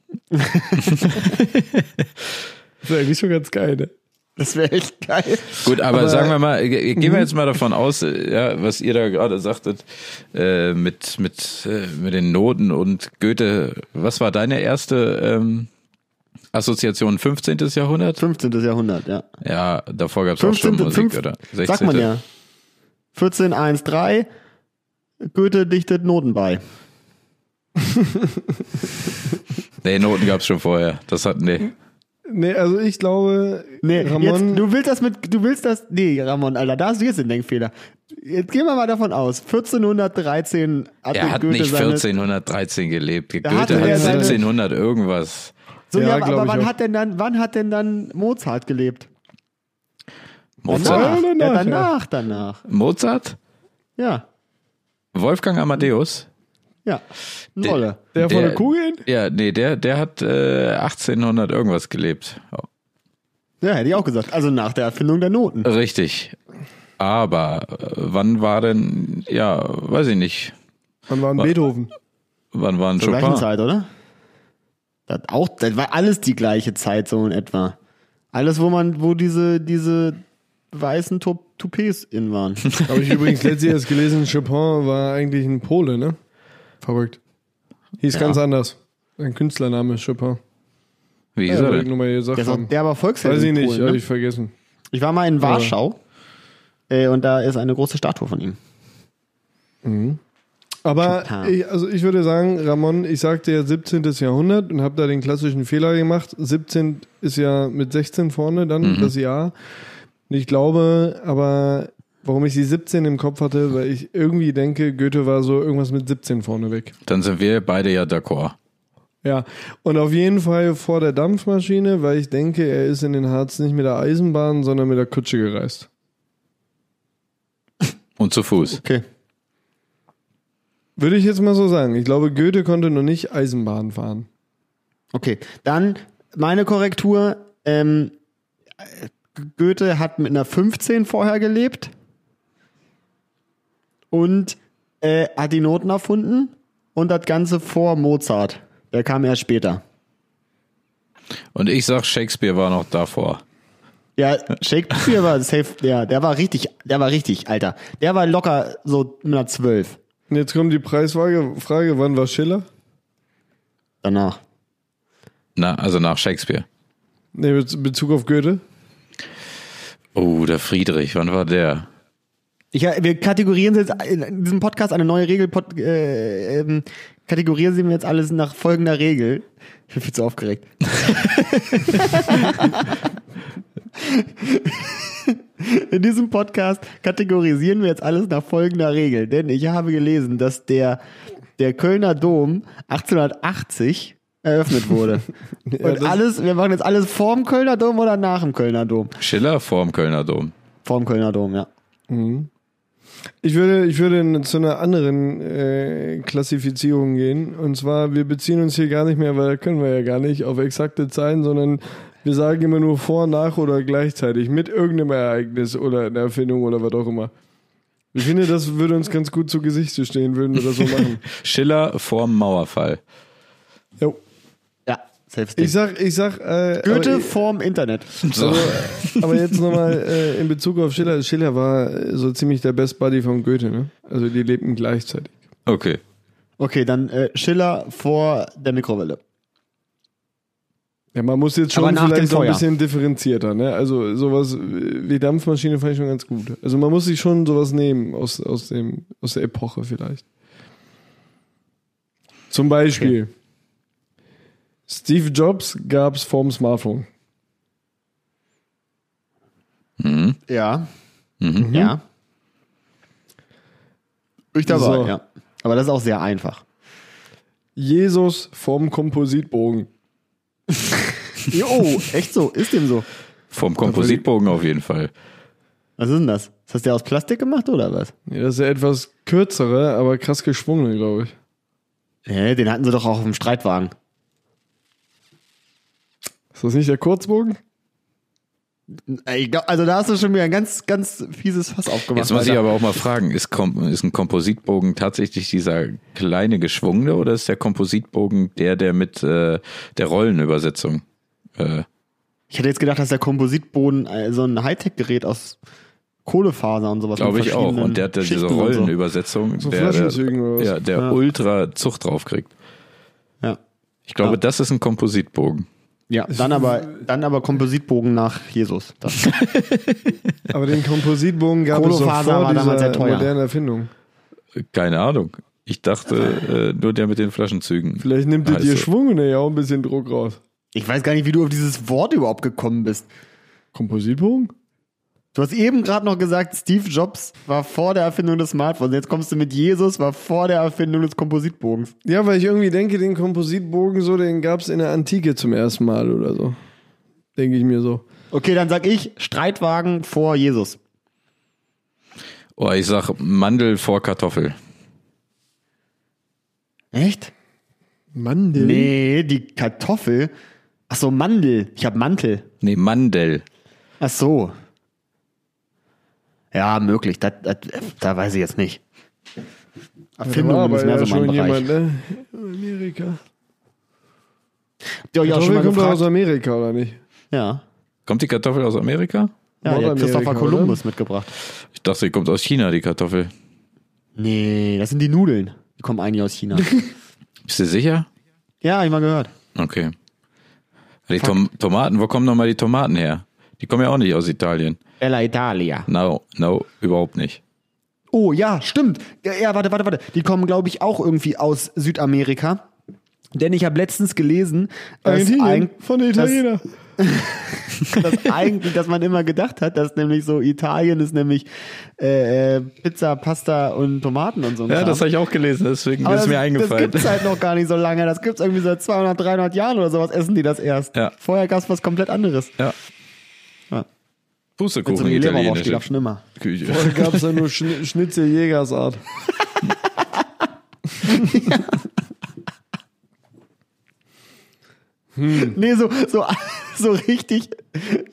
Speaker 2: das ist eigentlich schon ganz geil, ne?
Speaker 1: Das wäre echt geil.
Speaker 4: Gut, aber, sagen wir mal, ge- gehen
Speaker 1: mhm.
Speaker 4: wir jetzt mal davon aus, äh, ja, was ihr da gerade sagtet, äh, mit, mit, äh, mit den Noten und Goethe, was war deine erste ähm, Assoziation? 15. Jahrhundert?
Speaker 1: 15. Jahrhundert, ja.
Speaker 4: Ja, davor gab es auch schon
Speaker 1: 15.
Speaker 4: Musik,
Speaker 1: fünf-
Speaker 4: oder?
Speaker 1: Sagt man ja. 14, 1, 3. Goethe dichtet Noten bei.
Speaker 4: Nee, Noten gab es schon vorher. Das hatten die.
Speaker 2: Nee, also ich glaube,
Speaker 1: Nee,
Speaker 2: Ramon,
Speaker 1: jetzt, du willst das mit, du willst das, nee, Ramon, Alter, da hast du jetzt den Denkfehler. Jetzt gehen wir mal davon aus, 1413 hatte
Speaker 4: Er hat
Speaker 1: Goethe
Speaker 4: nicht
Speaker 1: seine,
Speaker 4: 1413 gelebt. Goethe hat
Speaker 1: hatte er
Speaker 2: seine-
Speaker 4: 1700 irgendwas.
Speaker 1: so,
Speaker 2: Ja,
Speaker 1: ja,
Speaker 2: glaub
Speaker 1: aber
Speaker 2: ich
Speaker 1: wann
Speaker 2: auch.
Speaker 1: hat denn dann, wann hat denn dann Mozart gelebt?
Speaker 4: Mozart?
Speaker 1: Danach,
Speaker 2: Vorher oder
Speaker 1: ja,
Speaker 2: nachher?
Speaker 1: danach, danach.
Speaker 4: Mozart?
Speaker 1: Ja,
Speaker 4: Wolfgang Amadeus.
Speaker 1: ja. Nolle.
Speaker 2: Der von der Kugel?
Speaker 4: Ja, nee, der, der hat äh, 1800 irgendwas gelebt.
Speaker 1: Ja, hätte ich auch gesagt. Also nach der Erfindung der Noten.
Speaker 4: Richtig. Aber äh, wann war denn, ja, weiß ich nicht,
Speaker 2: Wann war ein Beethoven?
Speaker 4: wann war ein
Speaker 1: Zur gleichen
Speaker 4: Chopin?
Speaker 1: Zeit, oder? Das, auch, das war alles die gleiche Zeit, so in etwa. Alles, wo man, wo diese, diese weißen Top Toupets in
Speaker 2: (laughs)
Speaker 1: waren.
Speaker 2: Habe ich übrigens letztens erst gelesen, Chopin war eigentlich ein Pole, ne? Verrückt. Hieß ganz anders. Ein Künstlername ist Chopin.
Speaker 4: Wie
Speaker 2: Ja,
Speaker 4: ist er
Speaker 2: wollte ich
Speaker 4: denn?
Speaker 2: nur mal gesagt
Speaker 1: Der, ist auch,
Speaker 2: haben.
Speaker 1: der war Volksheld.
Speaker 2: Weiß ich
Speaker 1: in
Speaker 2: nicht,
Speaker 1: Polen,
Speaker 2: habe
Speaker 1: ne?
Speaker 2: ich vergessen.
Speaker 1: Ich war mal in Warschau äh, und da ist eine große Statue von ihm.
Speaker 2: Aber
Speaker 1: Chopin.
Speaker 2: ich, also ich würde sagen, Ramon, ich sagte ja 17. Jahrhundert und habe da den klassischen Fehler gemacht. 17 ist ja mit 16 vorne dann das Jahr. Und ich glaube, aber warum ich die 17 im Kopf hatte, weil ich irgendwie denke, Goethe war so irgendwas mit 17 vorne weg.
Speaker 4: Dann sind wir beide ja d'accord.
Speaker 2: Ja, und auf jeden Fall vor der Dampfmaschine, weil ich denke, er ist in den Harz nicht mit der Eisenbahn, sondern mit der Kutsche gereist.
Speaker 4: Und zu Fuß.
Speaker 1: Okay.
Speaker 2: Würde ich jetzt mal so sagen. Ich glaube, Goethe konnte noch nicht Eisenbahn fahren.
Speaker 1: Okay. Dann meine Korrektur. Ähm, Goethe hat mit einer 15 vorher gelebt und äh, hat die Noten erfunden und das Ganze vor Mozart. Der kam erst später.
Speaker 4: Und ich sag, Shakespeare war noch davor.
Speaker 1: Ja, Shakespeare war safe, ja, der war richtig, der war richtig, Alter. Der war locker so mit einer 12
Speaker 2: Und jetzt kommt die Preisfrage, Frage, wann war Schiller?
Speaker 1: danach.
Speaker 4: Na, also nach Shakespeare.
Speaker 2: Ne, in Bezug auf Goethe?
Speaker 4: Oh, der Friedrich, wann war der?
Speaker 1: Ich, äh, wir kategorieren sie jetzt äh, in diesem Podcast eine neue Regel. Pod, äh, ähm, kategorieren sie mir jetzt alles nach folgender Regel. Ich bin viel zu aufgeregt. (laughs) in diesem Podcast kategorisieren wir jetzt alles nach folgender Regel. Denn ich habe gelesen, dass der, der Kölner Dom 1880 eröffnet
Speaker 2: (laughs)
Speaker 1: wurde. Und
Speaker 2: das-
Speaker 1: alles, wir machen jetzt alles vorm Kölner Dom oder nach dem Kölner Dom?
Speaker 4: Schiller vorm Kölner Dom.
Speaker 1: Vorm Kölner Dom, ja.
Speaker 2: Ich würde, ich würde zu einer anderen äh, Klassifizierung gehen. Und zwar, wir beziehen uns hier gar nicht mehr, weil können wir ja gar nicht, auf exakte Zahlen, sondern wir sagen immer nur vor, nach oder gleichzeitig mit irgendeinem Ereignis oder einer Erfindung oder was auch immer. Ich finde, das würde uns ganz gut zu Gesicht stehen, würden wir das so machen.
Speaker 4: Schiller vorm Mauerfall.
Speaker 2: Jo.
Speaker 1: Ja, selbst
Speaker 2: Ich sag, ich sag, äh,
Speaker 1: Goethe
Speaker 2: aber-
Speaker 1: vorm Internet.
Speaker 4: So.
Speaker 2: Aber jetzt nochmal äh, in Bezug auf Schiller. Schiller war äh, so ziemlich der Best Buddy von Goethe, ne? Also die lebten gleichzeitig.
Speaker 4: Okay.
Speaker 1: Okay, dann äh, Schiller vor der Mikrowelle.
Speaker 2: Ja, man muss jetzt schon
Speaker 1: Aber nach dem
Speaker 2: vielleicht so ein
Speaker 1: Feuer.
Speaker 2: bisschen differenzierter, ne? Also sowas äh, wie Dampfmaschine fand ich schon ganz gut. Also man muss sich schon sowas nehmen aus, aus, dem, aus der Epoche vielleicht. Zum Beispiel Steve Jobs gab's vorm Smartphone.
Speaker 1: Ja.
Speaker 4: Mhm.
Speaker 1: Ja. Ich dabei,
Speaker 2: So.
Speaker 1: ja. Aber das ist auch sehr einfach.
Speaker 2: Jesus vorm Kompositbogen.
Speaker 1: Oh, echt so? Ist dem so?
Speaker 4: Vorm Kompositbogen auf jeden Fall.
Speaker 1: Was ist denn das? Ist das der aus Plastik gemacht oder was?
Speaker 2: Ja, das ist ja etwas kürzere, aber krass geschwungene, glaube ich.
Speaker 1: Hä, den hatten sie doch auch auf dem Streitwagen.
Speaker 2: Ist das nicht der Kurzbogen?
Speaker 1: Ey, ga- Also da hast du schon wieder ein ganz, ganz fieses Fass aufgemacht.
Speaker 4: Jetzt muss ich
Speaker 1: Alter.
Speaker 4: aber auch mal fragen, ist, Kom ist ein Kompositbogen tatsächlich dieser kleine geschwungene oder ist der Kompositbogen der, der mit äh, der Rollenübersetzung? Äh,
Speaker 1: ich hätte jetzt gedacht, dass der Kompositboden äh, so ein Hightech-Gerät aus Kohlefaser und sowas.
Speaker 4: Glaube
Speaker 1: mit
Speaker 4: ich auch.
Speaker 1: verschiedenen
Speaker 4: Und der hat da diese
Speaker 1: Schichten und so.
Speaker 4: Rollenübersetzung,
Speaker 2: So
Speaker 4: der, der,
Speaker 2: Flaschenzügen oder was?
Speaker 4: ja, der ultra Zucht drauf kriegt.
Speaker 1: Ja.
Speaker 4: Ich glaube,
Speaker 1: Ja.
Speaker 4: das ist ein Kompositbogen.
Speaker 1: Ja, dann aber, dann aber Kompositbogen nach Jesus. Das.
Speaker 2: Aber den Kompositbogen gab es doch
Speaker 1: Kohlefaser
Speaker 2: vor
Speaker 1: war damals
Speaker 2: dieser
Speaker 1: sehr teuer.
Speaker 2: modernen Erfindung.
Speaker 4: Keine Ahnung. Ich dachte, äh, nur der mit den Flaschenzügen.
Speaker 2: Vielleicht nimmt er
Speaker 4: heißt
Speaker 2: dir
Speaker 4: so.
Speaker 2: Schwung und er ja auch ein bisschen Druck raus.
Speaker 1: (laughs) Ich weiß gar nicht, wie du auf dieses Wort überhaupt gekommen bist.
Speaker 2: Kompositbogen?
Speaker 1: Du hast eben gerade noch gesagt, Steve Jobs war vor der Erfindung des Smartphones. Jetzt kommst du mit Jesus, war vor der Erfindung des Kompositbogens.
Speaker 2: Ja, weil ich irgendwie denke, den Kompositbogen so, den gab es in der Antike zum ersten Mal oder so. Denke ich mir so.
Speaker 1: Okay, dann sag ich Streitwagen vor Jesus.
Speaker 4: Oh, ich sag Mandel vor Kartoffel.
Speaker 1: Echt?
Speaker 2: Mandel.
Speaker 1: Mhm. Nee, die Kartoffel. Ach so, Mandel. Ich habe Mantel.
Speaker 4: Nee, Mandel.
Speaker 1: Ach so. Ja, möglich. Da, da, da weiß ich jetzt nicht.
Speaker 2: war
Speaker 1: Erfindungen
Speaker 2: aber
Speaker 1: ist mehr
Speaker 2: ja
Speaker 1: so mein
Speaker 2: schon
Speaker 1: Bereich.
Speaker 2: jemand, ne? Amerika.
Speaker 1: Habt ihr euch auch schon
Speaker 2: Kartoffel
Speaker 1: mal
Speaker 2: kommt doch
Speaker 1: gefragt?
Speaker 2: aus Amerika, oder nicht?
Speaker 1: Ja.
Speaker 4: Kommt die Kartoffel aus Amerika?
Speaker 1: Ja, ja
Speaker 2: Nordamerika,
Speaker 1: Christopher
Speaker 2: oder?
Speaker 1: Columbus mitgebracht.
Speaker 4: Ich dachte, die kommt aus China, die Kartoffel.
Speaker 1: Nee, das sind die Nudeln. Die kommen eigentlich aus China.
Speaker 4: Bist du sicher?
Speaker 1: (laughs) ja, hab ich mal gehört.
Speaker 4: Okay. Die Tom Tomaten, wo kommen nochmal die Tomaten her? Die kommen ja auch nicht aus Italien.
Speaker 1: Bella Italia.
Speaker 4: No, no, überhaupt nicht.
Speaker 1: Oh ja, stimmt. Ja, ja warte, warte, warte. Die kommen, glaube ich, auch irgendwie aus Südamerika. Denn ich habe letztens gelesen, dass,
Speaker 2: Argentinien.
Speaker 1: eig
Speaker 2: Von den
Speaker 1: das-
Speaker 2: Italienern.
Speaker 1: (laughs) dass eigentlich, dass man immer gedacht hat, dass nämlich so Italien ist nämlich äh, äh, Pizza, Pasta und Tomaten und so. ein
Speaker 4: Ja,
Speaker 1: Kram.
Speaker 4: das habe ich auch gelesen, deswegen
Speaker 1: Aber
Speaker 4: ist
Speaker 1: das-
Speaker 4: mir eingefallen.
Speaker 1: Das gibt's halt noch gar nicht so lange. Das gibt's irgendwie seit 200, 300 Jahren oder sowas essen die das erst.
Speaker 4: Ja.
Speaker 1: Vorher gab's was komplett anderes.
Speaker 4: ja.
Speaker 1: Ja. Wenn so
Speaker 4: Pustekuchen
Speaker 1: eine Leber
Speaker 4: italienische
Speaker 1: draufsteht, gab's schon immer.
Speaker 4: Küche. (laughs)
Speaker 2: Da gab es ja nur Schn Schnitzel Jägersart.
Speaker 1: Nee, so, so, (laughs) so richtig,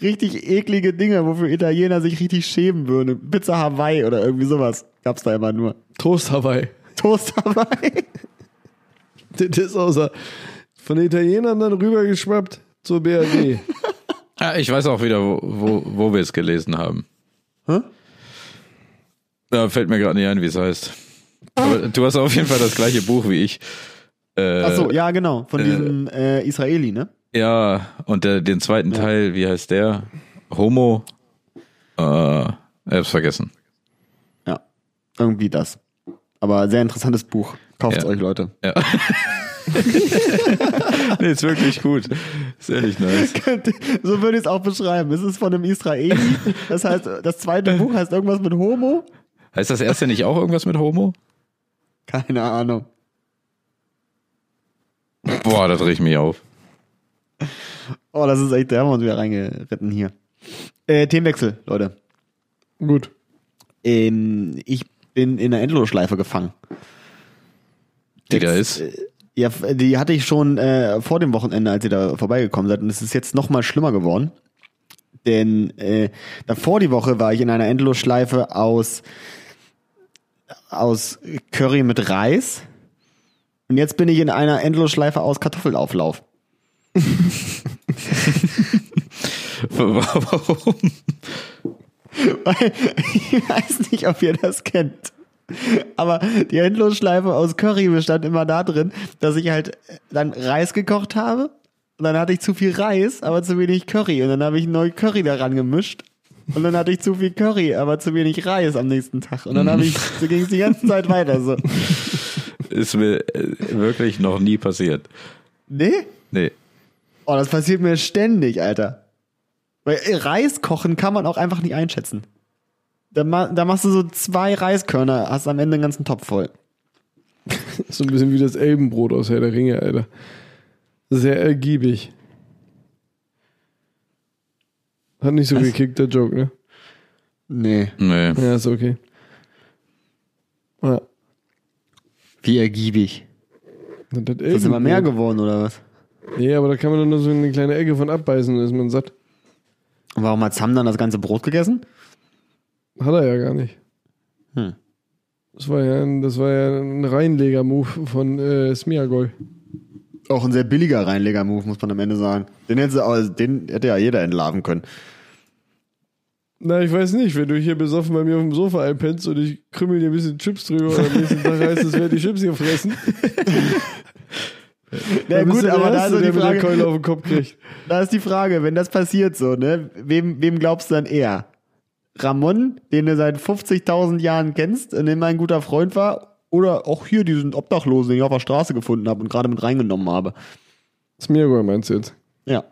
Speaker 1: richtig eklige Dinge, wofür Italiener sich richtig schämen würden. Pizza Hawaii oder irgendwie sowas gab's da immer nur.
Speaker 2: Toast Hawaii.
Speaker 1: Toast Hawaii.
Speaker 2: (laughs) Das ist außer von den Italienern dann rübergeschwappt zur BRD.
Speaker 4: Ah, ich weiß auch wieder, wo, wo, wo wir es gelesen haben.
Speaker 1: Hä?
Speaker 4: Ja, fällt mir gerade nicht ein, wie es heißt.
Speaker 1: Ah.
Speaker 4: Aber du hast auf jeden Fall das gleiche Buch wie ich. Äh,
Speaker 1: Ach so, ja, genau. Von diesem äh, Israeli, ne?
Speaker 4: Ja, und der, den zweiten Teil, wie heißt der? Homo. Äh, ich hab's vergessen.
Speaker 1: Ja. Irgendwie das. Aber sehr interessantes Buch. Kauft's (laughs)
Speaker 4: Ja.
Speaker 1: euch, (laughs) Leute.
Speaker 4: Nee, ist wirklich gut. Ist ehrlich nice.
Speaker 1: Könnte- so würde ich es auch beschreiben. Es ist von einem Israeli. Das heißt, das zweite Buch heißt irgendwas mit Homo.
Speaker 4: Heißt das erste nicht auch irgendwas mit Homo?
Speaker 1: Keine Ahnung.
Speaker 4: Boah, das riecht mich auf.
Speaker 1: Oh, das ist echt, da haben wir uns wieder reingeritten hier. Äh, Themenwechsel, Leute.
Speaker 2: Gut.
Speaker 1: Ähm, ich bin in der Endlosschleife gefangen.
Speaker 4: Die da
Speaker 1: Jetzt,
Speaker 4: ist.
Speaker 1: Äh, ja, f- die hatte ich schon äh, vor dem Wochenende, als ihr da vorbeigekommen seid. Und es ist jetzt noch mal schlimmer geworden. Denn äh, davor die Woche war ich in einer Endlosschleife aus, aus Curry mit Reis. Und jetzt bin ich in einer Endlosschleife aus Kartoffelauflauf.
Speaker 4: Warum?
Speaker 1: Weil ich weiß nicht, ob ihr das kennt. Aber die Endlosschleife aus Curry bestand immer da drin, dass ich halt dann Reis gekocht habe. Und dann hatte ich zu viel Reis, aber zu wenig Curry. Und dann habe ich neu Curry daran gemischt. Und dann hatte ich zu viel Curry, aber zu wenig Reis am nächsten Tag. Und dann habe ich, so ging es die ganze Zeit weiter. So.
Speaker 4: Ist mir äh, wirklich noch nie passiert.
Speaker 1: Nee?
Speaker 4: Nee.
Speaker 1: Oh, das passiert mir ständig, Alter. Weil äh, Reis kochen kann man auch einfach nicht einschätzen. Da, ma da machst du so zwei Reiskörner, hast am Ende einen ganzen Topf voll.
Speaker 2: Ist so ein bisschen wie das Elbenbrot aus Herr der Ringe, Alter. Sehr ergiebig. Hat nicht so gekickt, der Joke, ne?
Speaker 1: Nee.
Speaker 4: Nee.
Speaker 2: Ja, ist okay. Ah, Ja,
Speaker 1: Wie ergiebig.
Speaker 2: das Elbenbrot.
Speaker 1: Ist immer mehr geworden, oder was?
Speaker 2: Nee, aber da kann man dann nur so eine kleine Ecke von abbeißen, dann ist man satt.
Speaker 1: Und warum hat Sam dann das ganze Brot gegessen?
Speaker 2: Hat er ja gar nicht.
Speaker 1: Hm.
Speaker 2: Das war ja ein, das war ja ein Reinleger-Move von äh, Smiagol.
Speaker 1: Auch ein sehr billiger Reinleger-Move, muss man am Ende sagen. Den hätte, aber den hätte ja jeder entlarven können.
Speaker 2: Na, ich weiß nicht, wenn du hier besoffen bei mir auf dem Sofa einpennst und ich krümmel dir ein bisschen Chips drüber und am nächsten Tag heißt es, wer hat die Chips gefressen.
Speaker 1: Na
Speaker 2: dann bist
Speaker 1: gut,
Speaker 2: du der
Speaker 1: aber da ist,
Speaker 2: Erste,
Speaker 1: so die
Speaker 2: der mit der
Speaker 1: Frage,
Speaker 2: Keule auf den Kopf kriegt.
Speaker 1: da ist die Frage, wenn das passiert so, ne, wem, wem glaubst du dann eher? Ramon, den du seit 50.000 Jahren kennst und dem mein guter Freund war, oder auch hier diesen Obdachlosen, den ich auf der Straße gefunden habe und gerade mit reingenommen habe.
Speaker 2: Smeargol meinst du jetzt?
Speaker 1: Ja.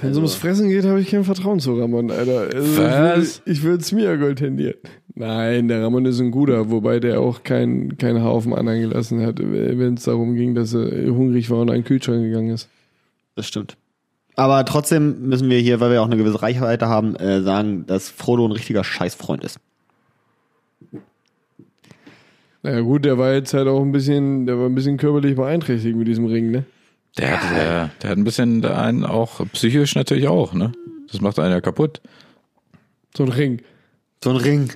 Speaker 2: Wenn es ums Fressen geht, habe ich kein Vertrauen zu Ramon, Alter. Also,
Speaker 4: Was?
Speaker 2: Ich würde Smeargol tendieren. Nein, der Ramon ist ein guter, wobei der auch kein, kein Haar auf dem anderen gelassen hat, wenn es darum ging, dass er hungrig war und an den Kühlschrank gegangen ist.
Speaker 1: Das stimmt. Aber trotzdem müssen wir hier, weil wir auch eine gewisse Reichweite haben, äh, sagen, dass Frodo ein richtiger Scheißfreund ist.
Speaker 2: Naja gut, der war jetzt halt auch ein bisschen, der war ein bisschen körperlich beeinträchtigt mit diesem Ring, ne?
Speaker 4: Der hat, der, der hat ein bisschen da einen auch psychisch natürlich auch, ne? Das macht einen ja kaputt.
Speaker 2: So ein Ring.
Speaker 1: So ein Ring.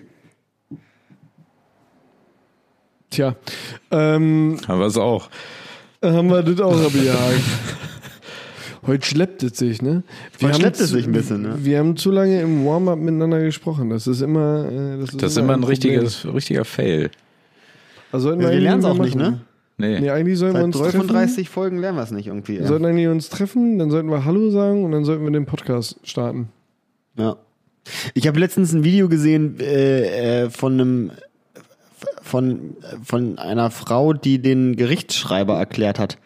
Speaker 2: Tja. Ähm,
Speaker 4: Aber es auch.
Speaker 2: haben wir das auch abgejagt. (laughs) Heute schleppt es sich, ne? Wir
Speaker 1: Heute
Speaker 2: haben
Speaker 1: schleppt es
Speaker 2: zu-
Speaker 1: sich ein bisschen, ne?
Speaker 2: Wir haben zu lange im Warm-up miteinander gesprochen. Das ist immer, äh, das ist
Speaker 4: Das ist immer ein
Speaker 2: Problem.
Speaker 4: richtiges, richtiger Fail.
Speaker 2: Also sollten
Speaker 1: Wir
Speaker 2: eigentlich
Speaker 1: lernen es auch
Speaker 2: mal
Speaker 1: nicht,
Speaker 2: machen.
Speaker 1: ne?
Speaker 4: Nee.
Speaker 2: Nee, eigentlich sollen wir
Speaker 1: Seit
Speaker 2: uns treffen.
Speaker 1: 35 Folgen lernen wir es nicht irgendwie.
Speaker 2: Wir
Speaker 1: Ja.
Speaker 2: sollten eigentlich uns treffen, dann sollten wir Hallo sagen und dann sollten wir den Podcast starten.
Speaker 1: Ja. Ich habe letztens ein Video gesehen äh, äh, von einem von, von einer Frau, die den Gerichtsschreiber erklärt hat.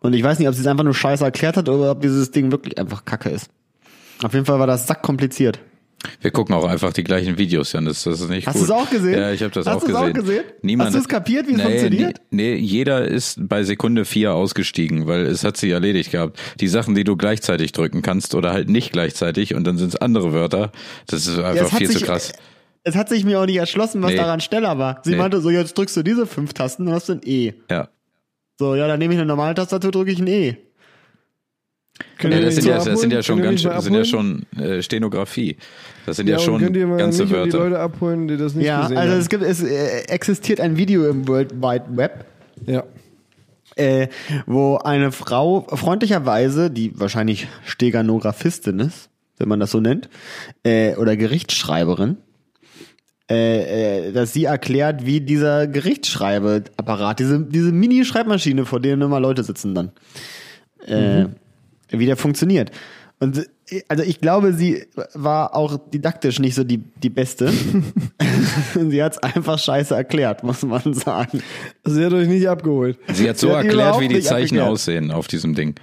Speaker 1: Und ich weiß nicht, ob sie es einfach nur scheiße erklärt hat oder ob dieses Ding wirklich einfach Kacke ist. Auf jeden Fall war das sackkompliziert.
Speaker 4: Wir gucken auch einfach die gleichen Videos, Jan. Das, das ist nicht
Speaker 1: Hast
Speaker 4: gut.
Speaker 1: du's auch gesehen?
Speaker 4: Ja, ich habe das
Speaker 1: Hast
Speaker 4: auch
Speaker 1: du's
Speaker 4: gesehen.
Speaker 1: auch gesehen?
Speaker 4: Niemand
Speaker 1: Hast du's
Speaker 4: hat-
Speaker 1: kapiert, wie es funktioniert?
Speaker 4: Nee, nee, jeder ist bei Sekunde vier ausgestiegen, weil es hat sie erledigt gehabt. Die Sachen, die du gleichzeitig drücken kannst oder halt nicht gleichzeitig und dann sind es andere Wörter. Das ist einfach
Speaker 1: es hat
Speaker 4: Also viel zu
Speaker 1: sich-
Speaker 4: krass.
Speaker 1: Es hat sich mir auch nicht erschlossen, was
Speaker 4: Nee.
Speaker 1: daran schneller war. Sie
Speaker 4: Nee.
Speaker 1: meinte so, jetzt drückst du diese fünf Tasten, dann hast du ein E.
Speaker 4: Ja.
Speaker 1: So, ja, dann nehme ich eine normale Tastatur, drücke ich ein E.
Speaker 2: Könnt
Speaker 4: Ja,
Speaker 2: ihr
Speaker 4: das,
Speaker 2: mich
Speaker 4: sind ja,
Speaker 2: mal
Speaker 4: das sind ja
Speaker 2: abholen?
Speaker 4: schon
Speaker 2: Könnt ihr mich
Speaker 4: ganz
Speaker 2: mal
Speaker 4: das sind ja
Speaker 2: abholen?
Speaker 4: schon äh, Stenografie. Das sind ja,
Speaker 2: Ja, und könnt ihr
Speaker 4: schon
Speaker 2: mal
Speaker 4: ganze
Speaker 2: nicht mal die
Speaker 4: Wörter.
Speaker 2: Leute abholen, die das nicht
Speaker 1: Ja,
Speaker 2: gesehen
Speaker 1: also
Speaker 2: haben.
Speaker 1: es, gibt, es äh, existiert ein Video im World Wide Web,
Speaker 2: ja.
Speaker 1: äh, wo eine Frau freundlicherweise, die wahrscheinlich Steganographistin ist, wenn man das so nennt, äh, oder Gerichtsschreiberin, äh, äh, dass sie erklärt, wie dieser Gerichtsschreibeapparat, diese, diese Mini-Schreibmaschine, vor der immer Leute sitzen dann, äh, wie der funktioniert. Und äh, also ich glaube, sie war auch didaktisch nicht so die, die beste. (laughs) sie hat es einfach scheiße erklärt, muss man sagen.
Speaker 2: Also sie hat euch nicht abgeholt.
Speaker 4: Sie hat so
Speaker 1: Sie hat
Speaker 4: erklärt,
Speaker 1: überhaupt
Speaker 4: wie die
Speaker 1: nicht
Speaker 4: Zeichen
Speaker 1: abgeklärt.
Speaker 4: aussehen auf diesem Ding.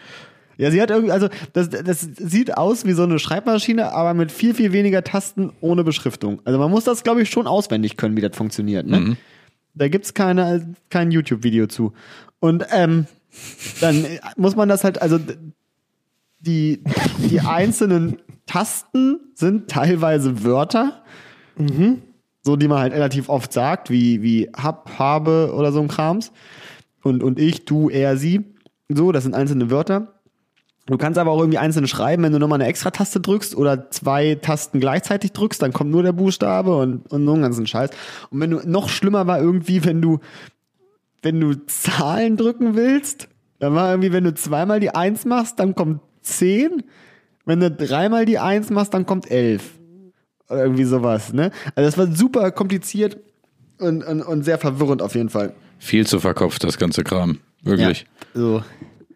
Speaker 1: Ja, sie hat irgendwie, also das, das sieht aus wie so eine Schreibmaschine, aber mit viel, viel weniger Tasten ohne Beschriftung. Also man muss das, glaube ich, schon auswendig können, wie das funktioniert. Ne? Da gibt's keine, kein YouTube-Video zu. Und ähm, dann äh, muss man das halt, also d- die, die einzelnen Tasten sind teilweise Wörter. So, die man halt relativ oft sagt, wie, wie hab, habe oder so ein Krams. Und, und ich, du, er, sie. So, das sind einzelne Wörter. Du kannst aber auch irgendwie einzeln schreiben, wenn du nochmal eine extra Taste drückst oder zwei Tasten gleichzeitig drückst, dann kommt nur der Buchstabe und, und so einen ganzen Scheiß. Und wenn du, noch schlimmer war irgendwie, wenn du, wenn du Zahlen drücken willst, dann war irgendwie, wenn du zweimal die Eins machst, dann kommt zehn. Wenn du dreimal die Eins machst, dann kommt elf. Oder irgendwie sowas, ne? Also das war super kompliziert und, und, und sehr verwirrend auf jeden Fall.
Speaker 4: Viel zu verkopft, das ganze Kram. Wirklich.
Speaker 1: So.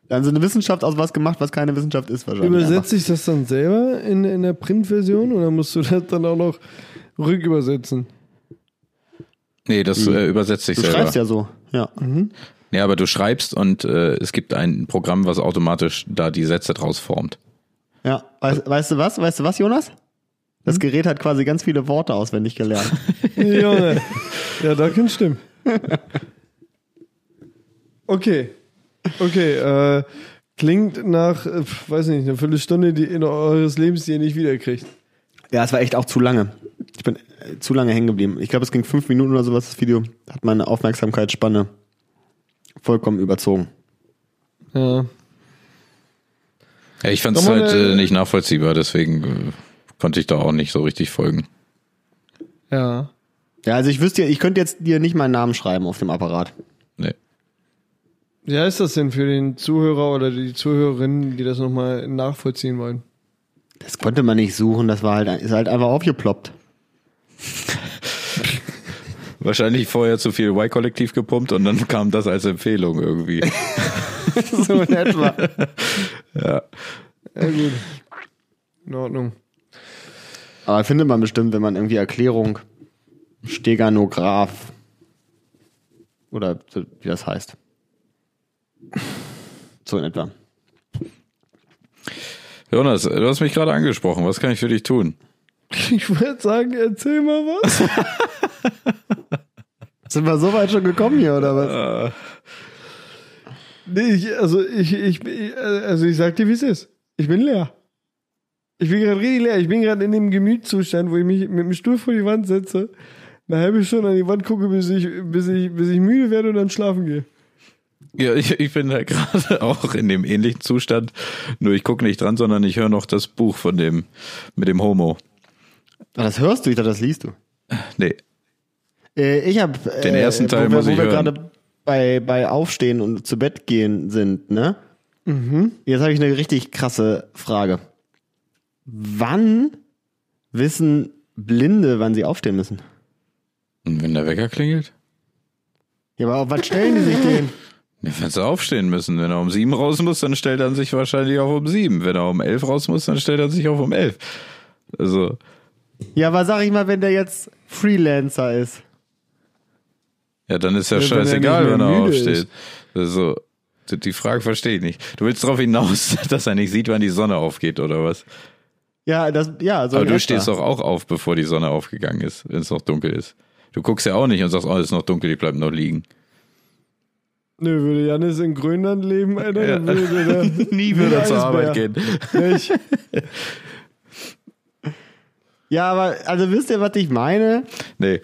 Speaker 1: Dann so eine Wissenschaft aus was gemacht, was keine Wissenschaft ist wahrscheinlich.
Speaker 2: Übersetze ich das dann selber in, in der Printversion oder musst du das dann auch noch rückübersetzen?
Speaker 4: Nee, das äh, übersetzt sich
Speaker 1: Mhm. Du
Speaker 4: selber.
Speaker 1: schreibst ja so, ja.
Speaker 4: Ja, aber du schreibst und äh, es gibt ein Programm, was automatisch da die Sätze draus formt.
Speaker 1: Ja, weißt, weißt du was? Weißt du was, Jonas? Das Gerät hat quasi ganz viele Worte auswendig gelernt.
Speaker 2: Junge. Ja, da kann stimmen. Okay. Okay, äh, klingt nach, äh, pf, weiß nicht, eine Viertelstunde die in eures Lebens, die ihr nicht wiederkriegt.
Speaker 1: (laughs) ja, es war echt auch zu lange. Ich bin äh, zu lange hängen geblieben. Ich glaube, es ging fünf Minuten oder sowas, das Video. Hat meine Aufmerksamkeitsspanne vollkommen überzogen.
Speaker 2: Ja.
Speaker 4: Ja, ich fand es
Speaker 2: Sag mal,
Speaker 4: halt äh,
Speaker 2: äh,
Speaker 4: nicht nachvollziehbar, deswegen äh, konnte ich da auch nicht so richtig folgen.
Speaker 2: Ja.
Speaker 1: Ja, also ich wüsste ja, ich könnte jetzt dir nicht meinen Namen schreiben auf dem Apparat.
Speaker 4: Nee.
Speaker 2: Wie heißt das denn für den Zuhörer oder die Zuhörerinnen, die das nochmal nachvollziehen wollen?
Speaker 1: Das konnte man nicht suchen, das war halt, ist halt einfach aufgeploppt.
Speaker 4: Wahrscheinlich vorher zu viel Y-Kollektiv gepumpt und dann (laughs) kam das als Empfehlung irgendwie.
Speaker 1: (laughs) so in etwa.
Speaker 2: Ja, gut. In Ordnung.
Speaker 1: Aber findet man bestimmt, wenn man irgendwie Erklärung, Steganograph oder so, wie das heißt. So in etwa.
Speaker 4: (laughs) Jonas, du hast mich gerade angesprochen. Was kann ich für dich tun?
Speaker 2: Ich würde sagen, erzähl mal was.
Speaker 1: Sind wir so weit schon gekommen hier, oder was?
Speaker 2: Nee, ich, also ich, ich, ich- also ich sag dir, wie es ist. Ich bin leer. Ich bin gerade richtig leer. Ich bin gerade in dem Gemütszustand, wo ich mich mit dem Stuhl vor die Wand setze, eine halbe Stunde an die Wand gucke, bis ich, bis ich, bis ich müde werde und dann schlafen gehe.
Speaker 4: Ja, ich, ich bin da (laughs) gerade auch in dem ähnlichen Zustand. Nur ich gucke nicht dran, sondern ich höre noch das Buch von dem mit dem Homo.
Speaker 1: Ah, Das hörst du, ich dachte, das liest du.
Speaker 4: Nee.
Speaker 1: Äh, ich habe
Speaker 4: Den ersten Teil
Speaker 1: wo wir,
Speaker 4: muss
Speaker 1: wo
Speaker 4: ich
Speaker 1: wir
Speaker 4: hören.
Speaker 1: gerade bei bei Aufstehen und zu Bett gehen sind, ne? Jetzt habe ich eine richtig krasse Frage. Wann wissen Blinde, wann sie aufstehen müssen?
Speaker 4: Und wenn der Wecker klingelt?
Speaker 1: Ja, aber auf was stellen die sich den?
Speaker 4: Ja, wenn sie aufstehen müssen. Wenn er um sieben raus muss, dann stellt er sich wahrscheinlich auch um sieben. Wenn er um elf raus muss, dann stellt er sich auch um elf. Also,
Speaker 1: Ja, aber sag ich mal, wenn der jetzt Freelancer ist.
Speaker 4: ja, dann ist ja,
Speaker 2: Ja, wenn er
Speaker 4: scheißegal,
Speaker 2: nicht
Speaker 4: wenn
Speaker 2: mehr
Speaker 4: er
Speaker 2: müde
Speaker 4: aufsteht.
Speaker 2: ist.
Speaker 4: Also, die- die Frage verstehe ich nicht. Du willst darauf hinaus, (laughs) dass er nicht sieht, wann die Sonne aufgeht oder was?
Speaker 1: Ja, das, ja, so ein
Speaker 4: Aber du
Speaker 1: Rentner.
Speaker 4: stehst doch auch auf, bevor die Sonne aufgegangen ist, wenn es noch dunkel ist. Du guckst ja auch nicht und sagst, oh, es ist noch dunkel, ich bleib
Speaker 2: (laughs)
Speaker 4: noch liegen.
Speaker 2: Nö, würde Janis in Grönland leben, Alter,
Speaker 4: Ja.
Speaker 2: dann würde der
Speaker 4: Nie (laughs) würde er zur Arbeit
Speaker 2: Eisbär.
Speaker 4: gehen.
Speaker 2: nicht.
Speaker 1: Ja, aber, also wisst ihr, was ich meine?
Speaker 4: Nee.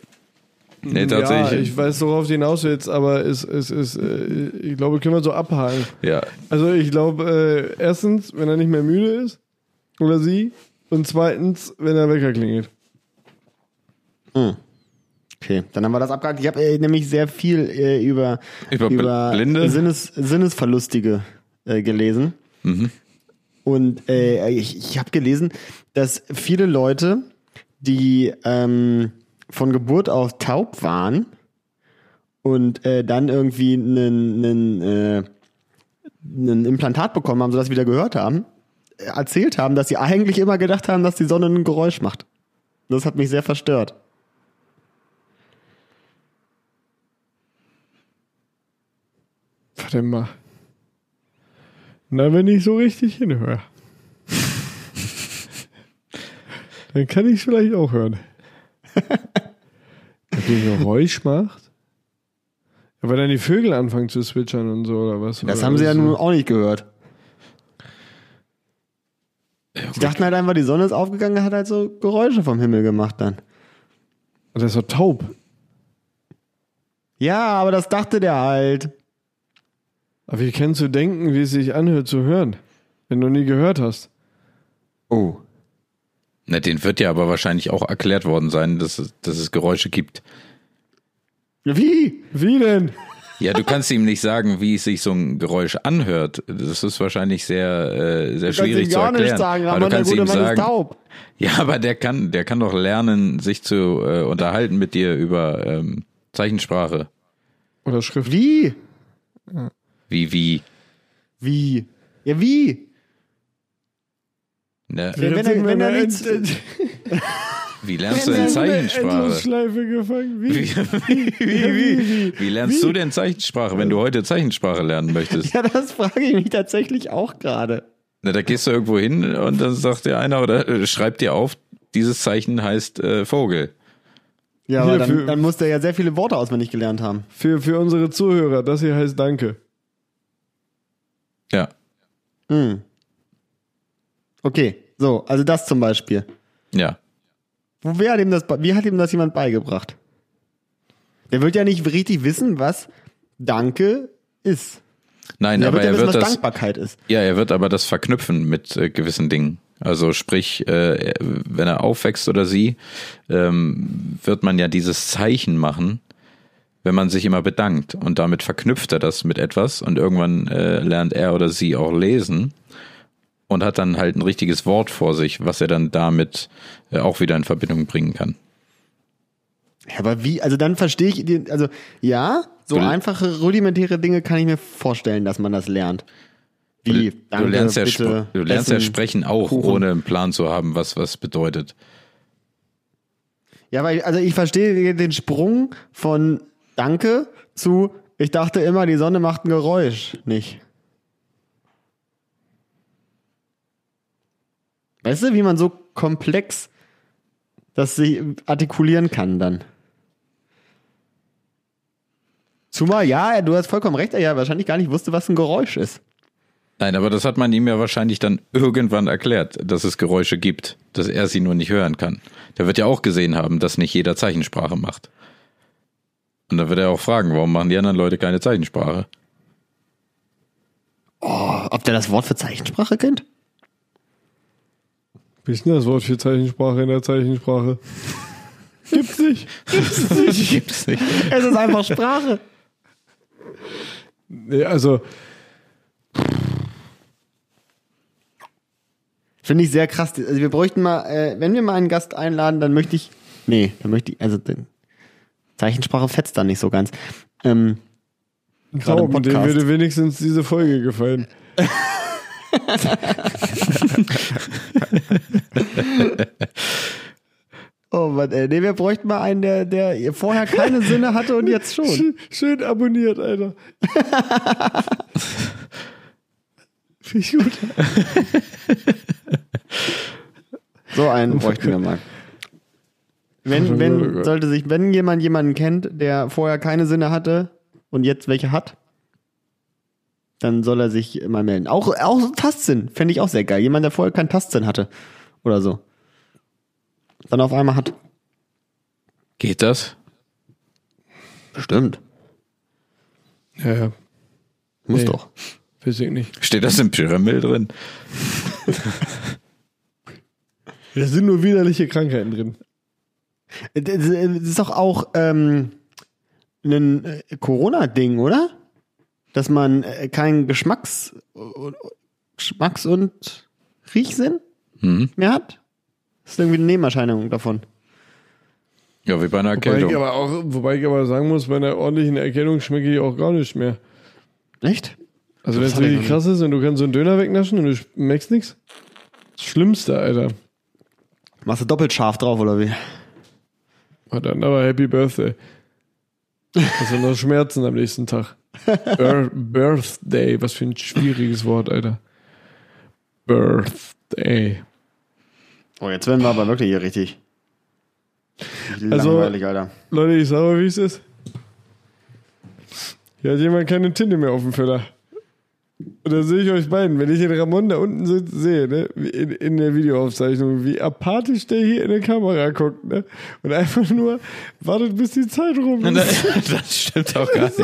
Speaker 4: Nee,
Speaker 2: Ja,
Speaker 4: tatsächlich.
Speaker 2: ich weiß, worauf du hinaus willst, aber es ist, es, äh, ich glaube, können wir so abhaken.
Speaker 4: Ja,
Speaker 2: Also ich glaube, äh, erstens, wenn er nicht mehr müde ist oder sie und zweitens, wenn er Wecker klingelt.
Speaker 1: Okay, dann haben wir das abgehakt. Ich habe äh, nämlich sehr viel äh, über,
Speaker 4: Über Bl- Blinde?
Speaker 1: Sinnes, Sinnesverlustige äh, gelesen.
Speaker 4: Mhm.
Speaker 1: Und äh, ich, ich habe gelesen, dass viele Leute, die ähm, von Geburt auf taub waren und äh, dann irgendwie einen, einen, äh, einen Implantat bekommen haben, sodass sie wieder gehört haben, äh, erzählt haben, dass sie eigentlich immer gedacht haben, dass die Sonne ein Geräusch macht. Das hat mich sehr verstört.
Speaker 2: Warte mal. Na, wenn ich so richtig hinhöre.
Speaker 1: (laughs)
Speaker 2: dann kann ich es vielleicht
Speaker 1: (laughs)
Speaker 2: auch hören. Ob die ein Geräusch macht? Ja, weil dann die Vögel anfangen zu zwitschern und so, oder was?
Speaker 1: Das
Speaker 2: oder
Speaker 1: haben sie ja
Speaker 2: so.
Speaker 1: nun auch nicht gehört. Die dachten halt einfach, die Sonne ist aufgegangen, hat halt so Geräusche vom Himmel gemacht dann.
Speaker 2: Das ist doch taub.
Speaker 1: Ja, aber das dachte der halt.
Speaker 2: Aber wie kannst du denken, wie es sich anhört zu hören, wenn du nie gehört hast?
Speaker 1: Oh.
Speaker 4: Na, den wird ja aber wahrscheinlich auch erklärt worden sein, dass es, dass es Geräusche gibt.
Speaker 1: Wie?
Speaker 2: Wie denn?
Speaker 4: Ja, du kannst ihm nicht sagen, wie es sich so ein Geräusch anhört. Das ist wahrscheinlich sehr, äh, sehr schwierig zu
Speaker 1: gar
Speaker 4: erklären.
Speaker 1: nicht sagen,
Speaker 4: aber
Speaker 1: aber
Speaker 4: du
Speaker 1: der
Speaker 4: kannst
Speaker 1: gute
Speaker 4: ihm
Speaker 1: Mann ist
Speaker 4: sagen,
Speaker 1: taub.
Speaker 4: (laughs) ja, aber der kann, der kann doch lernen, sich zu äh, unterhalten mit dir über ähm, Zeichensprache.
Speaker 2: Oder Schrift.
Speaker 1: Wie?
Speaker 4: Wie, wie.
Speaker 1: Wie? Ja, wie?
Speaker 4: Ne?
Speaker 1: Wenn er- wenn er nichts-
Speaker 4: Wie lernst du denn Zeichensprache?
Speaker 2: Endlosschleife gefangen.
Speaker 4: (laughs) Wie,
Speaker 2: Wie?
Speaker 4: wie, wie, wie, wie lernst du denn Zeichensprache, wenn du heute Zeichensprache lernen möchtest?
Speaker 1: Ja, das (laughs) frage ich mich tatsächlich auch gerade.
Speaker 4: Na, da gehst du irgendwo hin und dann sagt dir einer oder äh, schreibt dir auf, dieses Zeichen heißt äh, Vogel.
Speaker 1: Ja, aber
Speaker 2: Hier
Speaker 1: dann,
Speaker 2: für-
Speaker 1: dann muss der ja sehr viele Worte auswendig gelernt haben.
Speaker 2: Für, für unsere Zuhörer, das hier heißt Danke.
Speaker 4: Ja.
Speaker 1: Okay, so, also das zum Beispiel.
Speaker 4: Ja.
Speaker 1: Wo- Wer hat ihm das, be- wie hat ihm das jemand beigebracht? Der wird ja nicht richtig wissen, was Danke ist.
Speaker 4: Nein,
Speaker 1: Der
Speaker 4: aber
Speaker 1: wird ja
Speaker 4: er
Speaker 1: wissen,
Speaker 4: wird
Speaker 1: was
Speaker 4: das,
Speaker 1: Dankbarkeit ist.
Speaker 4: ja, er wird aber das verknüpfen mit äh, gewissen Dingen. Also sprich, äh, er- wenn er aufwächst oder sie, ähm, wird man ja dieses Zeichen machen, wenn man sich immer bedankt. Und damit verknüpft er das mit etwas und irgendwann äh, lernt er oder sie auch lesen und hat dann halt ein richtiges Wort vor sich, was er dann damit äh, auch wieder in Verbindung bringen kann.
Speaker 1: Ja, aber wie, also dann verstehe ich, den, also ja, so
Speaker 4: Du-
Speaker 1: einfache, rudimentäre Dinge kann ich mir vorstellen, dass man das lernt. Wie,
Speaker 4: du
Speaker 1: danke,
Speaker 4: lernst, ja,
Speaker 1: bitte,
Speaker 4: spr- du lernst ja
Speaker 1: essen.
Speaker 4: sprechen auch,
Speaker 1: Kuchen.
Speaker 4: ohne einen Plan zu haben, was was bedeutet.
Speaker 1: Ja, weil, also ich verstehe den Sprung von Danke zu, ich dachte immer, die Sonne macht ein Geräusch, nicht. Weißt du, wie man so komplex das sich artikulieren kann dann? Zumal, ja, du hast vollkommen recht, er ja wahrscheinlich gar nicht wusste, was ein Geräusch ist.
Speaker 4: Nein, aber das hat man ihm ja wahrscheinlich dann irgendwann erklärt, dass es Geräusche gibt, dass er sie nur nicht hören kann. Der wird ja auch gesehen haben, dass nicht jeder Zeichensprache macht. Und dann wird er auch fragen, warum machen die anderen Leute keine Zeichensprache?
Speaker 1: Ob der das Wort für Zeichensprache kennt? (laughs)
Speaker 2: Wie ist denn das Wort für Zeichensprache in der Zeichensprache? Gibt's nicht.
Speaker 4: Gibt's nicht.
Speaker 1: Es ist einfach Sprache.
Speaker 2: Nee, also,
Speaker 1: Finde ich sehr krass. Also wir bräuchten mal, äh, wenn wir mal einen Gast einladen, dann möchte ich. Nee, dann möchte ich, also den, Zeichensprache fetzt da nicht so ganz. Ähm, Gerade im
Speaker 2: Tauben, dem
Speaker 1: Podcast.
Speaker 2: würde wenigstens diese Folge gefallen.
Speaker 1: oh Mann, ey, nee, wir bräuchten mal einen, der, der vorher keine Sinne hatte (laughs) und jetzt schon.
Speaker 2: Schön, schön
Speaker 1: (laughs)
Speaker 2: abonniert, Alter. Finde ich gut.
Speaker 1: So einen bräuchten wir mal. Wenn, wenn, sollte sich, wenn jemand jemanden kennt, der vorher keine Sinne hatte und jetzt welche hat, dann soll er sich mal melden. Auch, auch so Tastsinn fände ich auch sehr geil. Jemand, der vorher keinen Tastsinn hatte oder so. Dann auf einmal hat.
Speaker 4: Geht das?
Speaker 1: Bestimmt.
Speaker 2: Ja, ja.
Speaker 1: Muss
Speaker 2: Nee.
Speaker 1: doch.
Speaker 2: Weiß ich nicht.
Speaker 4: Steht das im Pyramid drin?
Speaker 2: Da sind nur widerliche Krankheiten drin.
Speaker 1: Das ist doch auch ähm, ein äh, Corona-Ding, oder? Dass man äh, keinen Geschmacks-, äh, Geschmacks und Riechsinn
Speaker 4: Mhm.
Speaker 1: mehr hat. Das ist irgendwie eine Nebenerscheinung davon.
Speaker 4: Ja, wie bei einer
Speaker 2: Wobei ich,
Speaker 4: Erkältung.
Speaker 2: aber auch, wobei ich aber sagen muss, bei einer ordentlichen Erkennung schmecke ich auch gar nicht mehr.
Speaker 1: Echt?
Speaker 2: Also wenn es
Speaker 1: hab ich
Speaker 2: richtig
Speaker 1: noch
Speaker 2: krass ist und du kannst so einen Döner wegnaschen und du schmeckst nichts. Das Schlimmste, Alter.
Speaker 1: Machst du doppelt scharf drauf, oder wie?
Speaker 2: War dann aber Happy (laughs) Birthday. Das sind noch Schmerzen am nächsten Tag. Bir Birthday, was für ein schwieriges Wort, Alter. Birthday.
Speaker 1: Oh, jetzt werden wir aber wirklich hier richtig.
Speaker 2: Also-
Speaker 1: Langweilig, Alter.
Speaker 2: Leute, ich sage euch, wie es ist. Hier hat jemand keine Tinte mehr auf dem Feller. Und da sehe ich euch beiden, wenn ich den Ramon da unten sitz- sehe, ne, wie in, in der Videoaufzeichnung, wie apathisch der hier in die Kamera guckt, ne? Und einfach nur wartet, bis die Zeit rum (laughs) ist.
Speaker 4: Das stimmt auch gar nicht.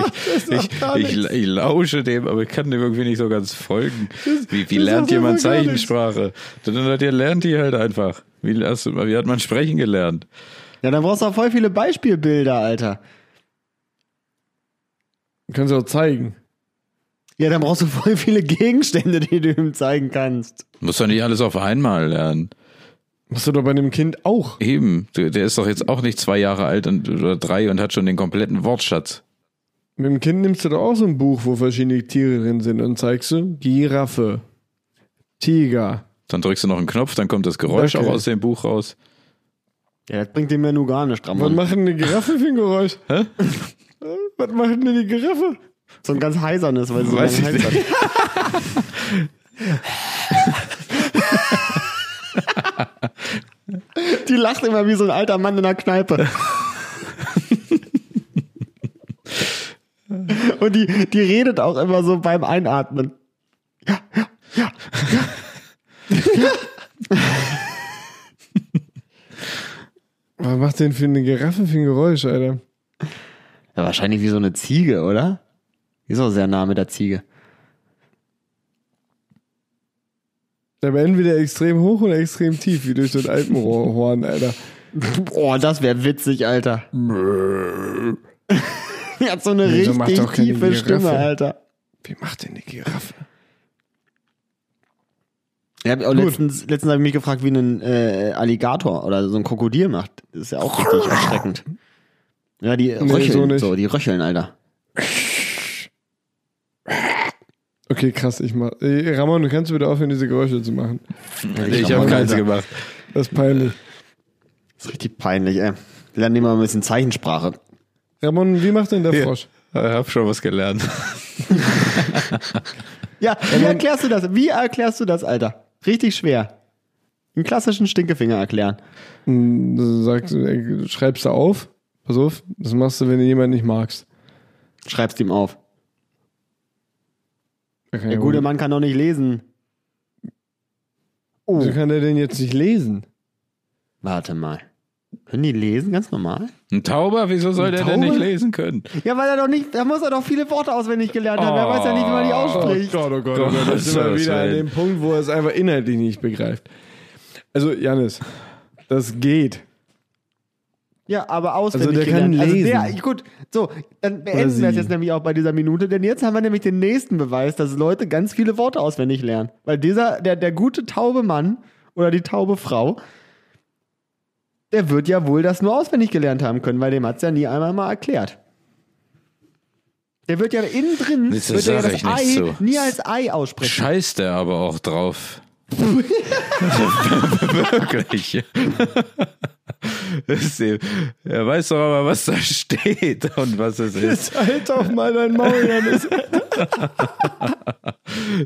Speaker 4: Ich,
Speaker 2: gar
Speaker 4: ich,
Speaker 2: nichts.
Speaker 4: ich lausche dem, aber ich kann dem irgendwie nicht so ganz folgen. Wie, wie
Speaker 2: das
Speaker 4: lernt
Speaker 2: sagt
Speaker 4: jemand
Speaker 2: einfach gar nichts.
Speaker 4: Zeichensprache? Dann hat er lernt die halt einfach. Wie, hast du, wie hat man sprechen gelernt?
Speaker 1: Ja, dann brauchst du auch voll viele Beispielbilder, Alter.
Speaker 2: Kannst du auch zeigen.
Speaker 1: Ja, dann brauchst du voll viele Gegenstände, die du ihm zeigen kannst.
Speaker 4: Muss doch nicht alles auf einmal lernen.
Speaker 2: Machst du doch bei einem Kind auch.
Speaker 4: Eben, Du- der ist doch jetzt auch nicht zwei Jahre alt und, oder drei und hat schon den kompletten Wortschatz.
Speaker 2: Mit dem Kind nimmst du doch auch so ein Buch, wo verschiedene Tiere drin sind und zeigst du Giraffe, Tiger.
Speaker 4: Dann drückst du noch einen Knopf, dann kommt das Geräusch
Speaker 2: Okay.
Speaker 4: auch aus dem Buch raus.
Speaker 1: Ja, das bringt dem ja nur gar nichts dran.
Speaker 2: Was
Speaker 1: Mann.
Speaker 2: macht denn eine Giraffe für ein Geräusch? Hä? Was macht denn die Giraffe?
Speaker 1: So ein ganz heisernes, weil sie so
Speaker 4: Weiß
Speaker 1: lange
Speaker 4: ich
Speaker 1: heiser hat. Die lacht immer wie so ein alter Mann in der Kneipe. Und die, die redet auch immer so beim Einatmen.
Speaker 2: Was macht denn für eine Giraffe für ein Geräusch, Alter?
Speaker 1: Ja, wahrscheinlich wie so eine Ziege, oder? Die ist auch sehr nah mit der Ziege.
Speaker 2: Aber entweder extrem hoch oder extrem tief, wie durch das Alpenrohrhorn, Alter.
Speaker 1: Boah, das wäre witzig, Alter. Die hat so eine
Speaker 2: Wieso macht
Speaker 1: richtig
Speaker 2: doch keine
Speaker 1: tiefe Stimme,
Speaker 2: Giraffe?
Speaker 1: Alter.
Speaker 2: Wie macht denn die Giraffe?
Speaker 1: Ja, hab ich auch
Speaker 2: Gut.
Speaker 1: letztens, letztens habe ich mich gefragt, wie ein äh, Alligator oder so ein Krokodil macht. Das ist ja auch richtig erschreckend. Ja, die röcheln
Speaker 2: so
Speaker 1: so,
Speaker 2: nicht.
Speaker 1: die röcheln, Alter.
Speaker 2: Okay, krass, ich mach. Ey, Ramon, du kannst bitte aufhören, diese Geräusche zu machen.
Speaker 4: Ich habe
Speaker 1: Ramon,
Speaker 4: keins
Speaker 1: Alter.
Speaker 4: gemacht.
Speaker 2: Das ist peinlich.
Speaker 1: Das ist richtig peinlich, ey. Wir lernen immer ein bisschen Zeichensprache.
Speaker 2: Ramon, wie macht denn der
Speaker 4: Ja.
Speaker 2: Frosch?
Speaker 4: Ich habe schon was gelernt.
Speaker 1: Ja, wie erklärst du das? Wie erklärst du das, Alter? Richtig schwer. Einen klassischen Stinkefinger erklären.
Speaker 2: Du sagst, äh, schreibst du auf. Pass auf, das machst du, wenn du jemanden nicht magst.
Speaker 1: Schreibst ihm auf.
Speaker 2: kann
Speaker 1: Der
Speaker 2: ja
Speaker 1: gute
Speaker 2: wohl-
Speaker 1: Mann kann doch nicht lesen. Oh,
Speaker 2: Wieso kann der denn jetzt nicht lesen?
Speaker 1: warte mal. Können die lesen, ganz normal?
Speaker 4: Ein Tauber, wieso soll der denn
Speaker 2: Tauber?
Speaker 4: nicht lesen können?
Speaker 1: Ja, weil er doch nicht, da muss er doch viele Worte auswendig gelernt haben. Wer weiß ja nicht, wie man die ausspricht.
Speaker 2: Gott, oh Gott, oh
Speaker 4: Gott,
Speaker 2: Gott. Das ist immer
Speaker 4: Sven.
Speaker 2: wieder an dem Punkt, wo er es einfach inhaltlich nicht begreift. Also, Janis, das geht.
Speaker 1: Ja, aber auswendig
Speaker 2: Also der kann
Speaker 1: gelernt. Also
Speaker 2: lesen.
Speaker 1: der, gut, so, dann beenden wir es
Speaker 2: sie.
Speaker 1: jetzt nämlich auch bei dieser Minute, denn jetzt haben wir nämlich den nächsten Beweis, dass Leute ganz viele Worte auswendig lernen. Weil dieser, der, der gute taube Mann oder die taube Frau, der wird ja wohl das nur auswendig gelernt haben können, weil dem hat es ja nie einmal mal erklärt. Der wird ja innen drin,
Speaker 4: Das
Speaker 1: wird er ja
Speaker 4: sag
Speaker 1: das
Speaker 4: ich nicht
Speaker 1: Ei
Speaker 4: so.
Speaker 1: nie als Ei aussprechen.
Speaker 4: Scheißt der aber auch drauf. Wirklich. Das ist eben- er weiß doch aber, was da steht und was es ist.
Speaker 2: Halt doch mal dein Maul, Janis.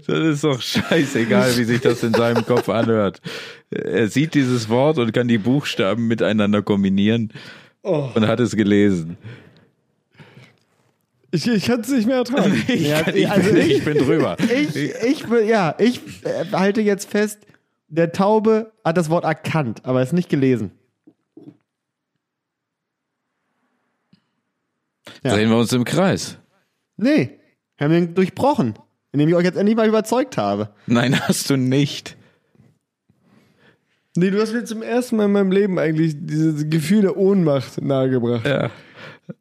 Speaker 4: Das ist doch scheißegal, wie sich das in seinem Kopf anhört. Er sieht dieses Wort und kann die Buchstaben miteinander kombinieren
Speaker 1: Oh.
Speaker 4: und hat es gelesen.
Speaker 2: Ich, ich kann es nicht mehr (laughs) ertragen.
Speaker 4: Ich,
Speaker 1: Ja,
Speaker 4: kann- ich,
Speaker 1: also
Speaker 4: bin,
Speaker 1: ich-
Speaker 4: ich bin drüber.
Speaker 1: Ich, ich, will- ja, ich äh, halte jetzt fest, der Taube hat das Wort erkannt, aber es nicht gelesen. (laughs) Ja.
Speaker 4: Drehen wir uns im Kreis.
Speaker 1: Nee, wir haben ihn durchbrochen, indem ich euch jetzt endlich mal überzeugt habe.
Speaker 4: Nein, (laughs) hast du nicht.
Speaker 2: Nee, du hast mir zum ersten Mal in meinem Leben eigentlich dieses Gefühl der Ohnmacht nahegebracht.
Speaker 4: Ja.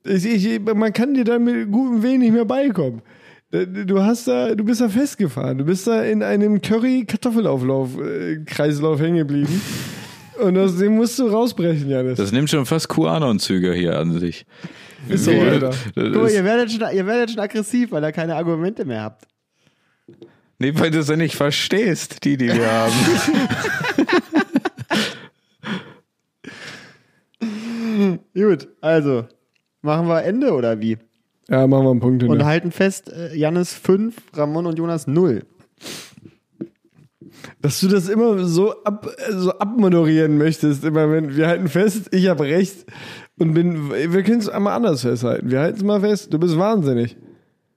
Speaker 2: Ich, ich, man kann dir da mit gutem Willen nicht mehr beikommen. Äh, Du hast da, du bist da festgefahren. Du bist da in einem Curry-Kartoffelauflauf-Kreislauf hängen (laughs) geblieben. Und aus dem musst du rausbrechen, Janis.
Speaker 4: Das nimmt schon fast QAnon-Züge hier an sich.
Speaker 2: ist so,
Speaker 1: Nee.
Speaker 2: Alter.
Speaker 4: Das
Speaker 1: Guck, mal,
Speaker 4: ist-
Speaker 1: ihr werdet, schon, ihr werdet schon aggressiv, weil ihr keine Argumente mehr habt.
Speaker 4: Nee, weil du sie nicht verstehst, die, die wir haben.
Speaker 1: Gut, also, machen wir Ende oder wie?
Speaker 2: Ja, machen wir einen Punkt
Speaker 1: Und
Speaker 2: hin.
Speaker 1: halten fest, äh, Jannis 5, Ramon und Jonas 0.
Speaker 2: Dass du das immer so, ab, so abmoderieren möchtest, immer wenn wir halten fest, ich habe recht und bin, wir können es einmal anders festhalten. Wir halten es mal fest, du bist wahnsinnig.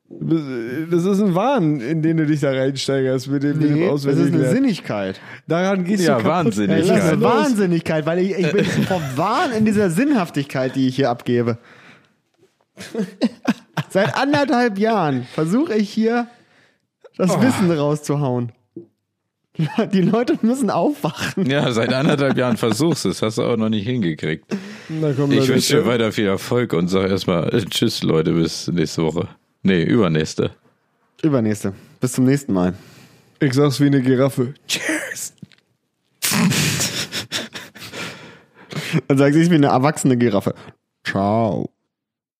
Speaker 2: Du bist, das ist ein Wahn, in den du dich da reinsteigerst mit dem, mit dem
Speaker 1: das ist eine
Speaker 2: Auswendiglernen.
Speaker 1: Sinnigkeit.
Speaker 2: Daran gehst
Speaker 4: Ja,
Speaker 2: du kaputt.
Speaker 4: wahnsinnig.
Speaker 1: Das ist
Speaker 4: Sinnigkeit.
Speaker 1: eine
Speaker 2: Los.
Speaker 1: Wahnsinnigkeit, weil ich, ich bin vor Wahn in dieser Sinnhaftigkeit, die ich hier abgebe. Seit anderthalb Jahren versuche ich hier das Wissen rauszuhauen. Die Leute müssen aufwachen.
Speaker 4: (laughs) Ja, seit anderthalb Jahren versuchst du es, hast du auch noch nicht hingekriegt.
Speaker 2: Na komm,
Speaker 4: Ich
Speaker 2: Leute,
Speaker 4: wünsche dir weiter viel Erfolg und sag erstmal äh, Tschüss, Leute, bis nächste Woche. Nee, übernächste.
Speaker 1: Übernächste. Bis zum nächsten Mal.
Speaker 2: ich sag's wie eine Giraffe.
Speaker 1: Dann sagen sie es wie eine erwachsene Giraffe. Ciao.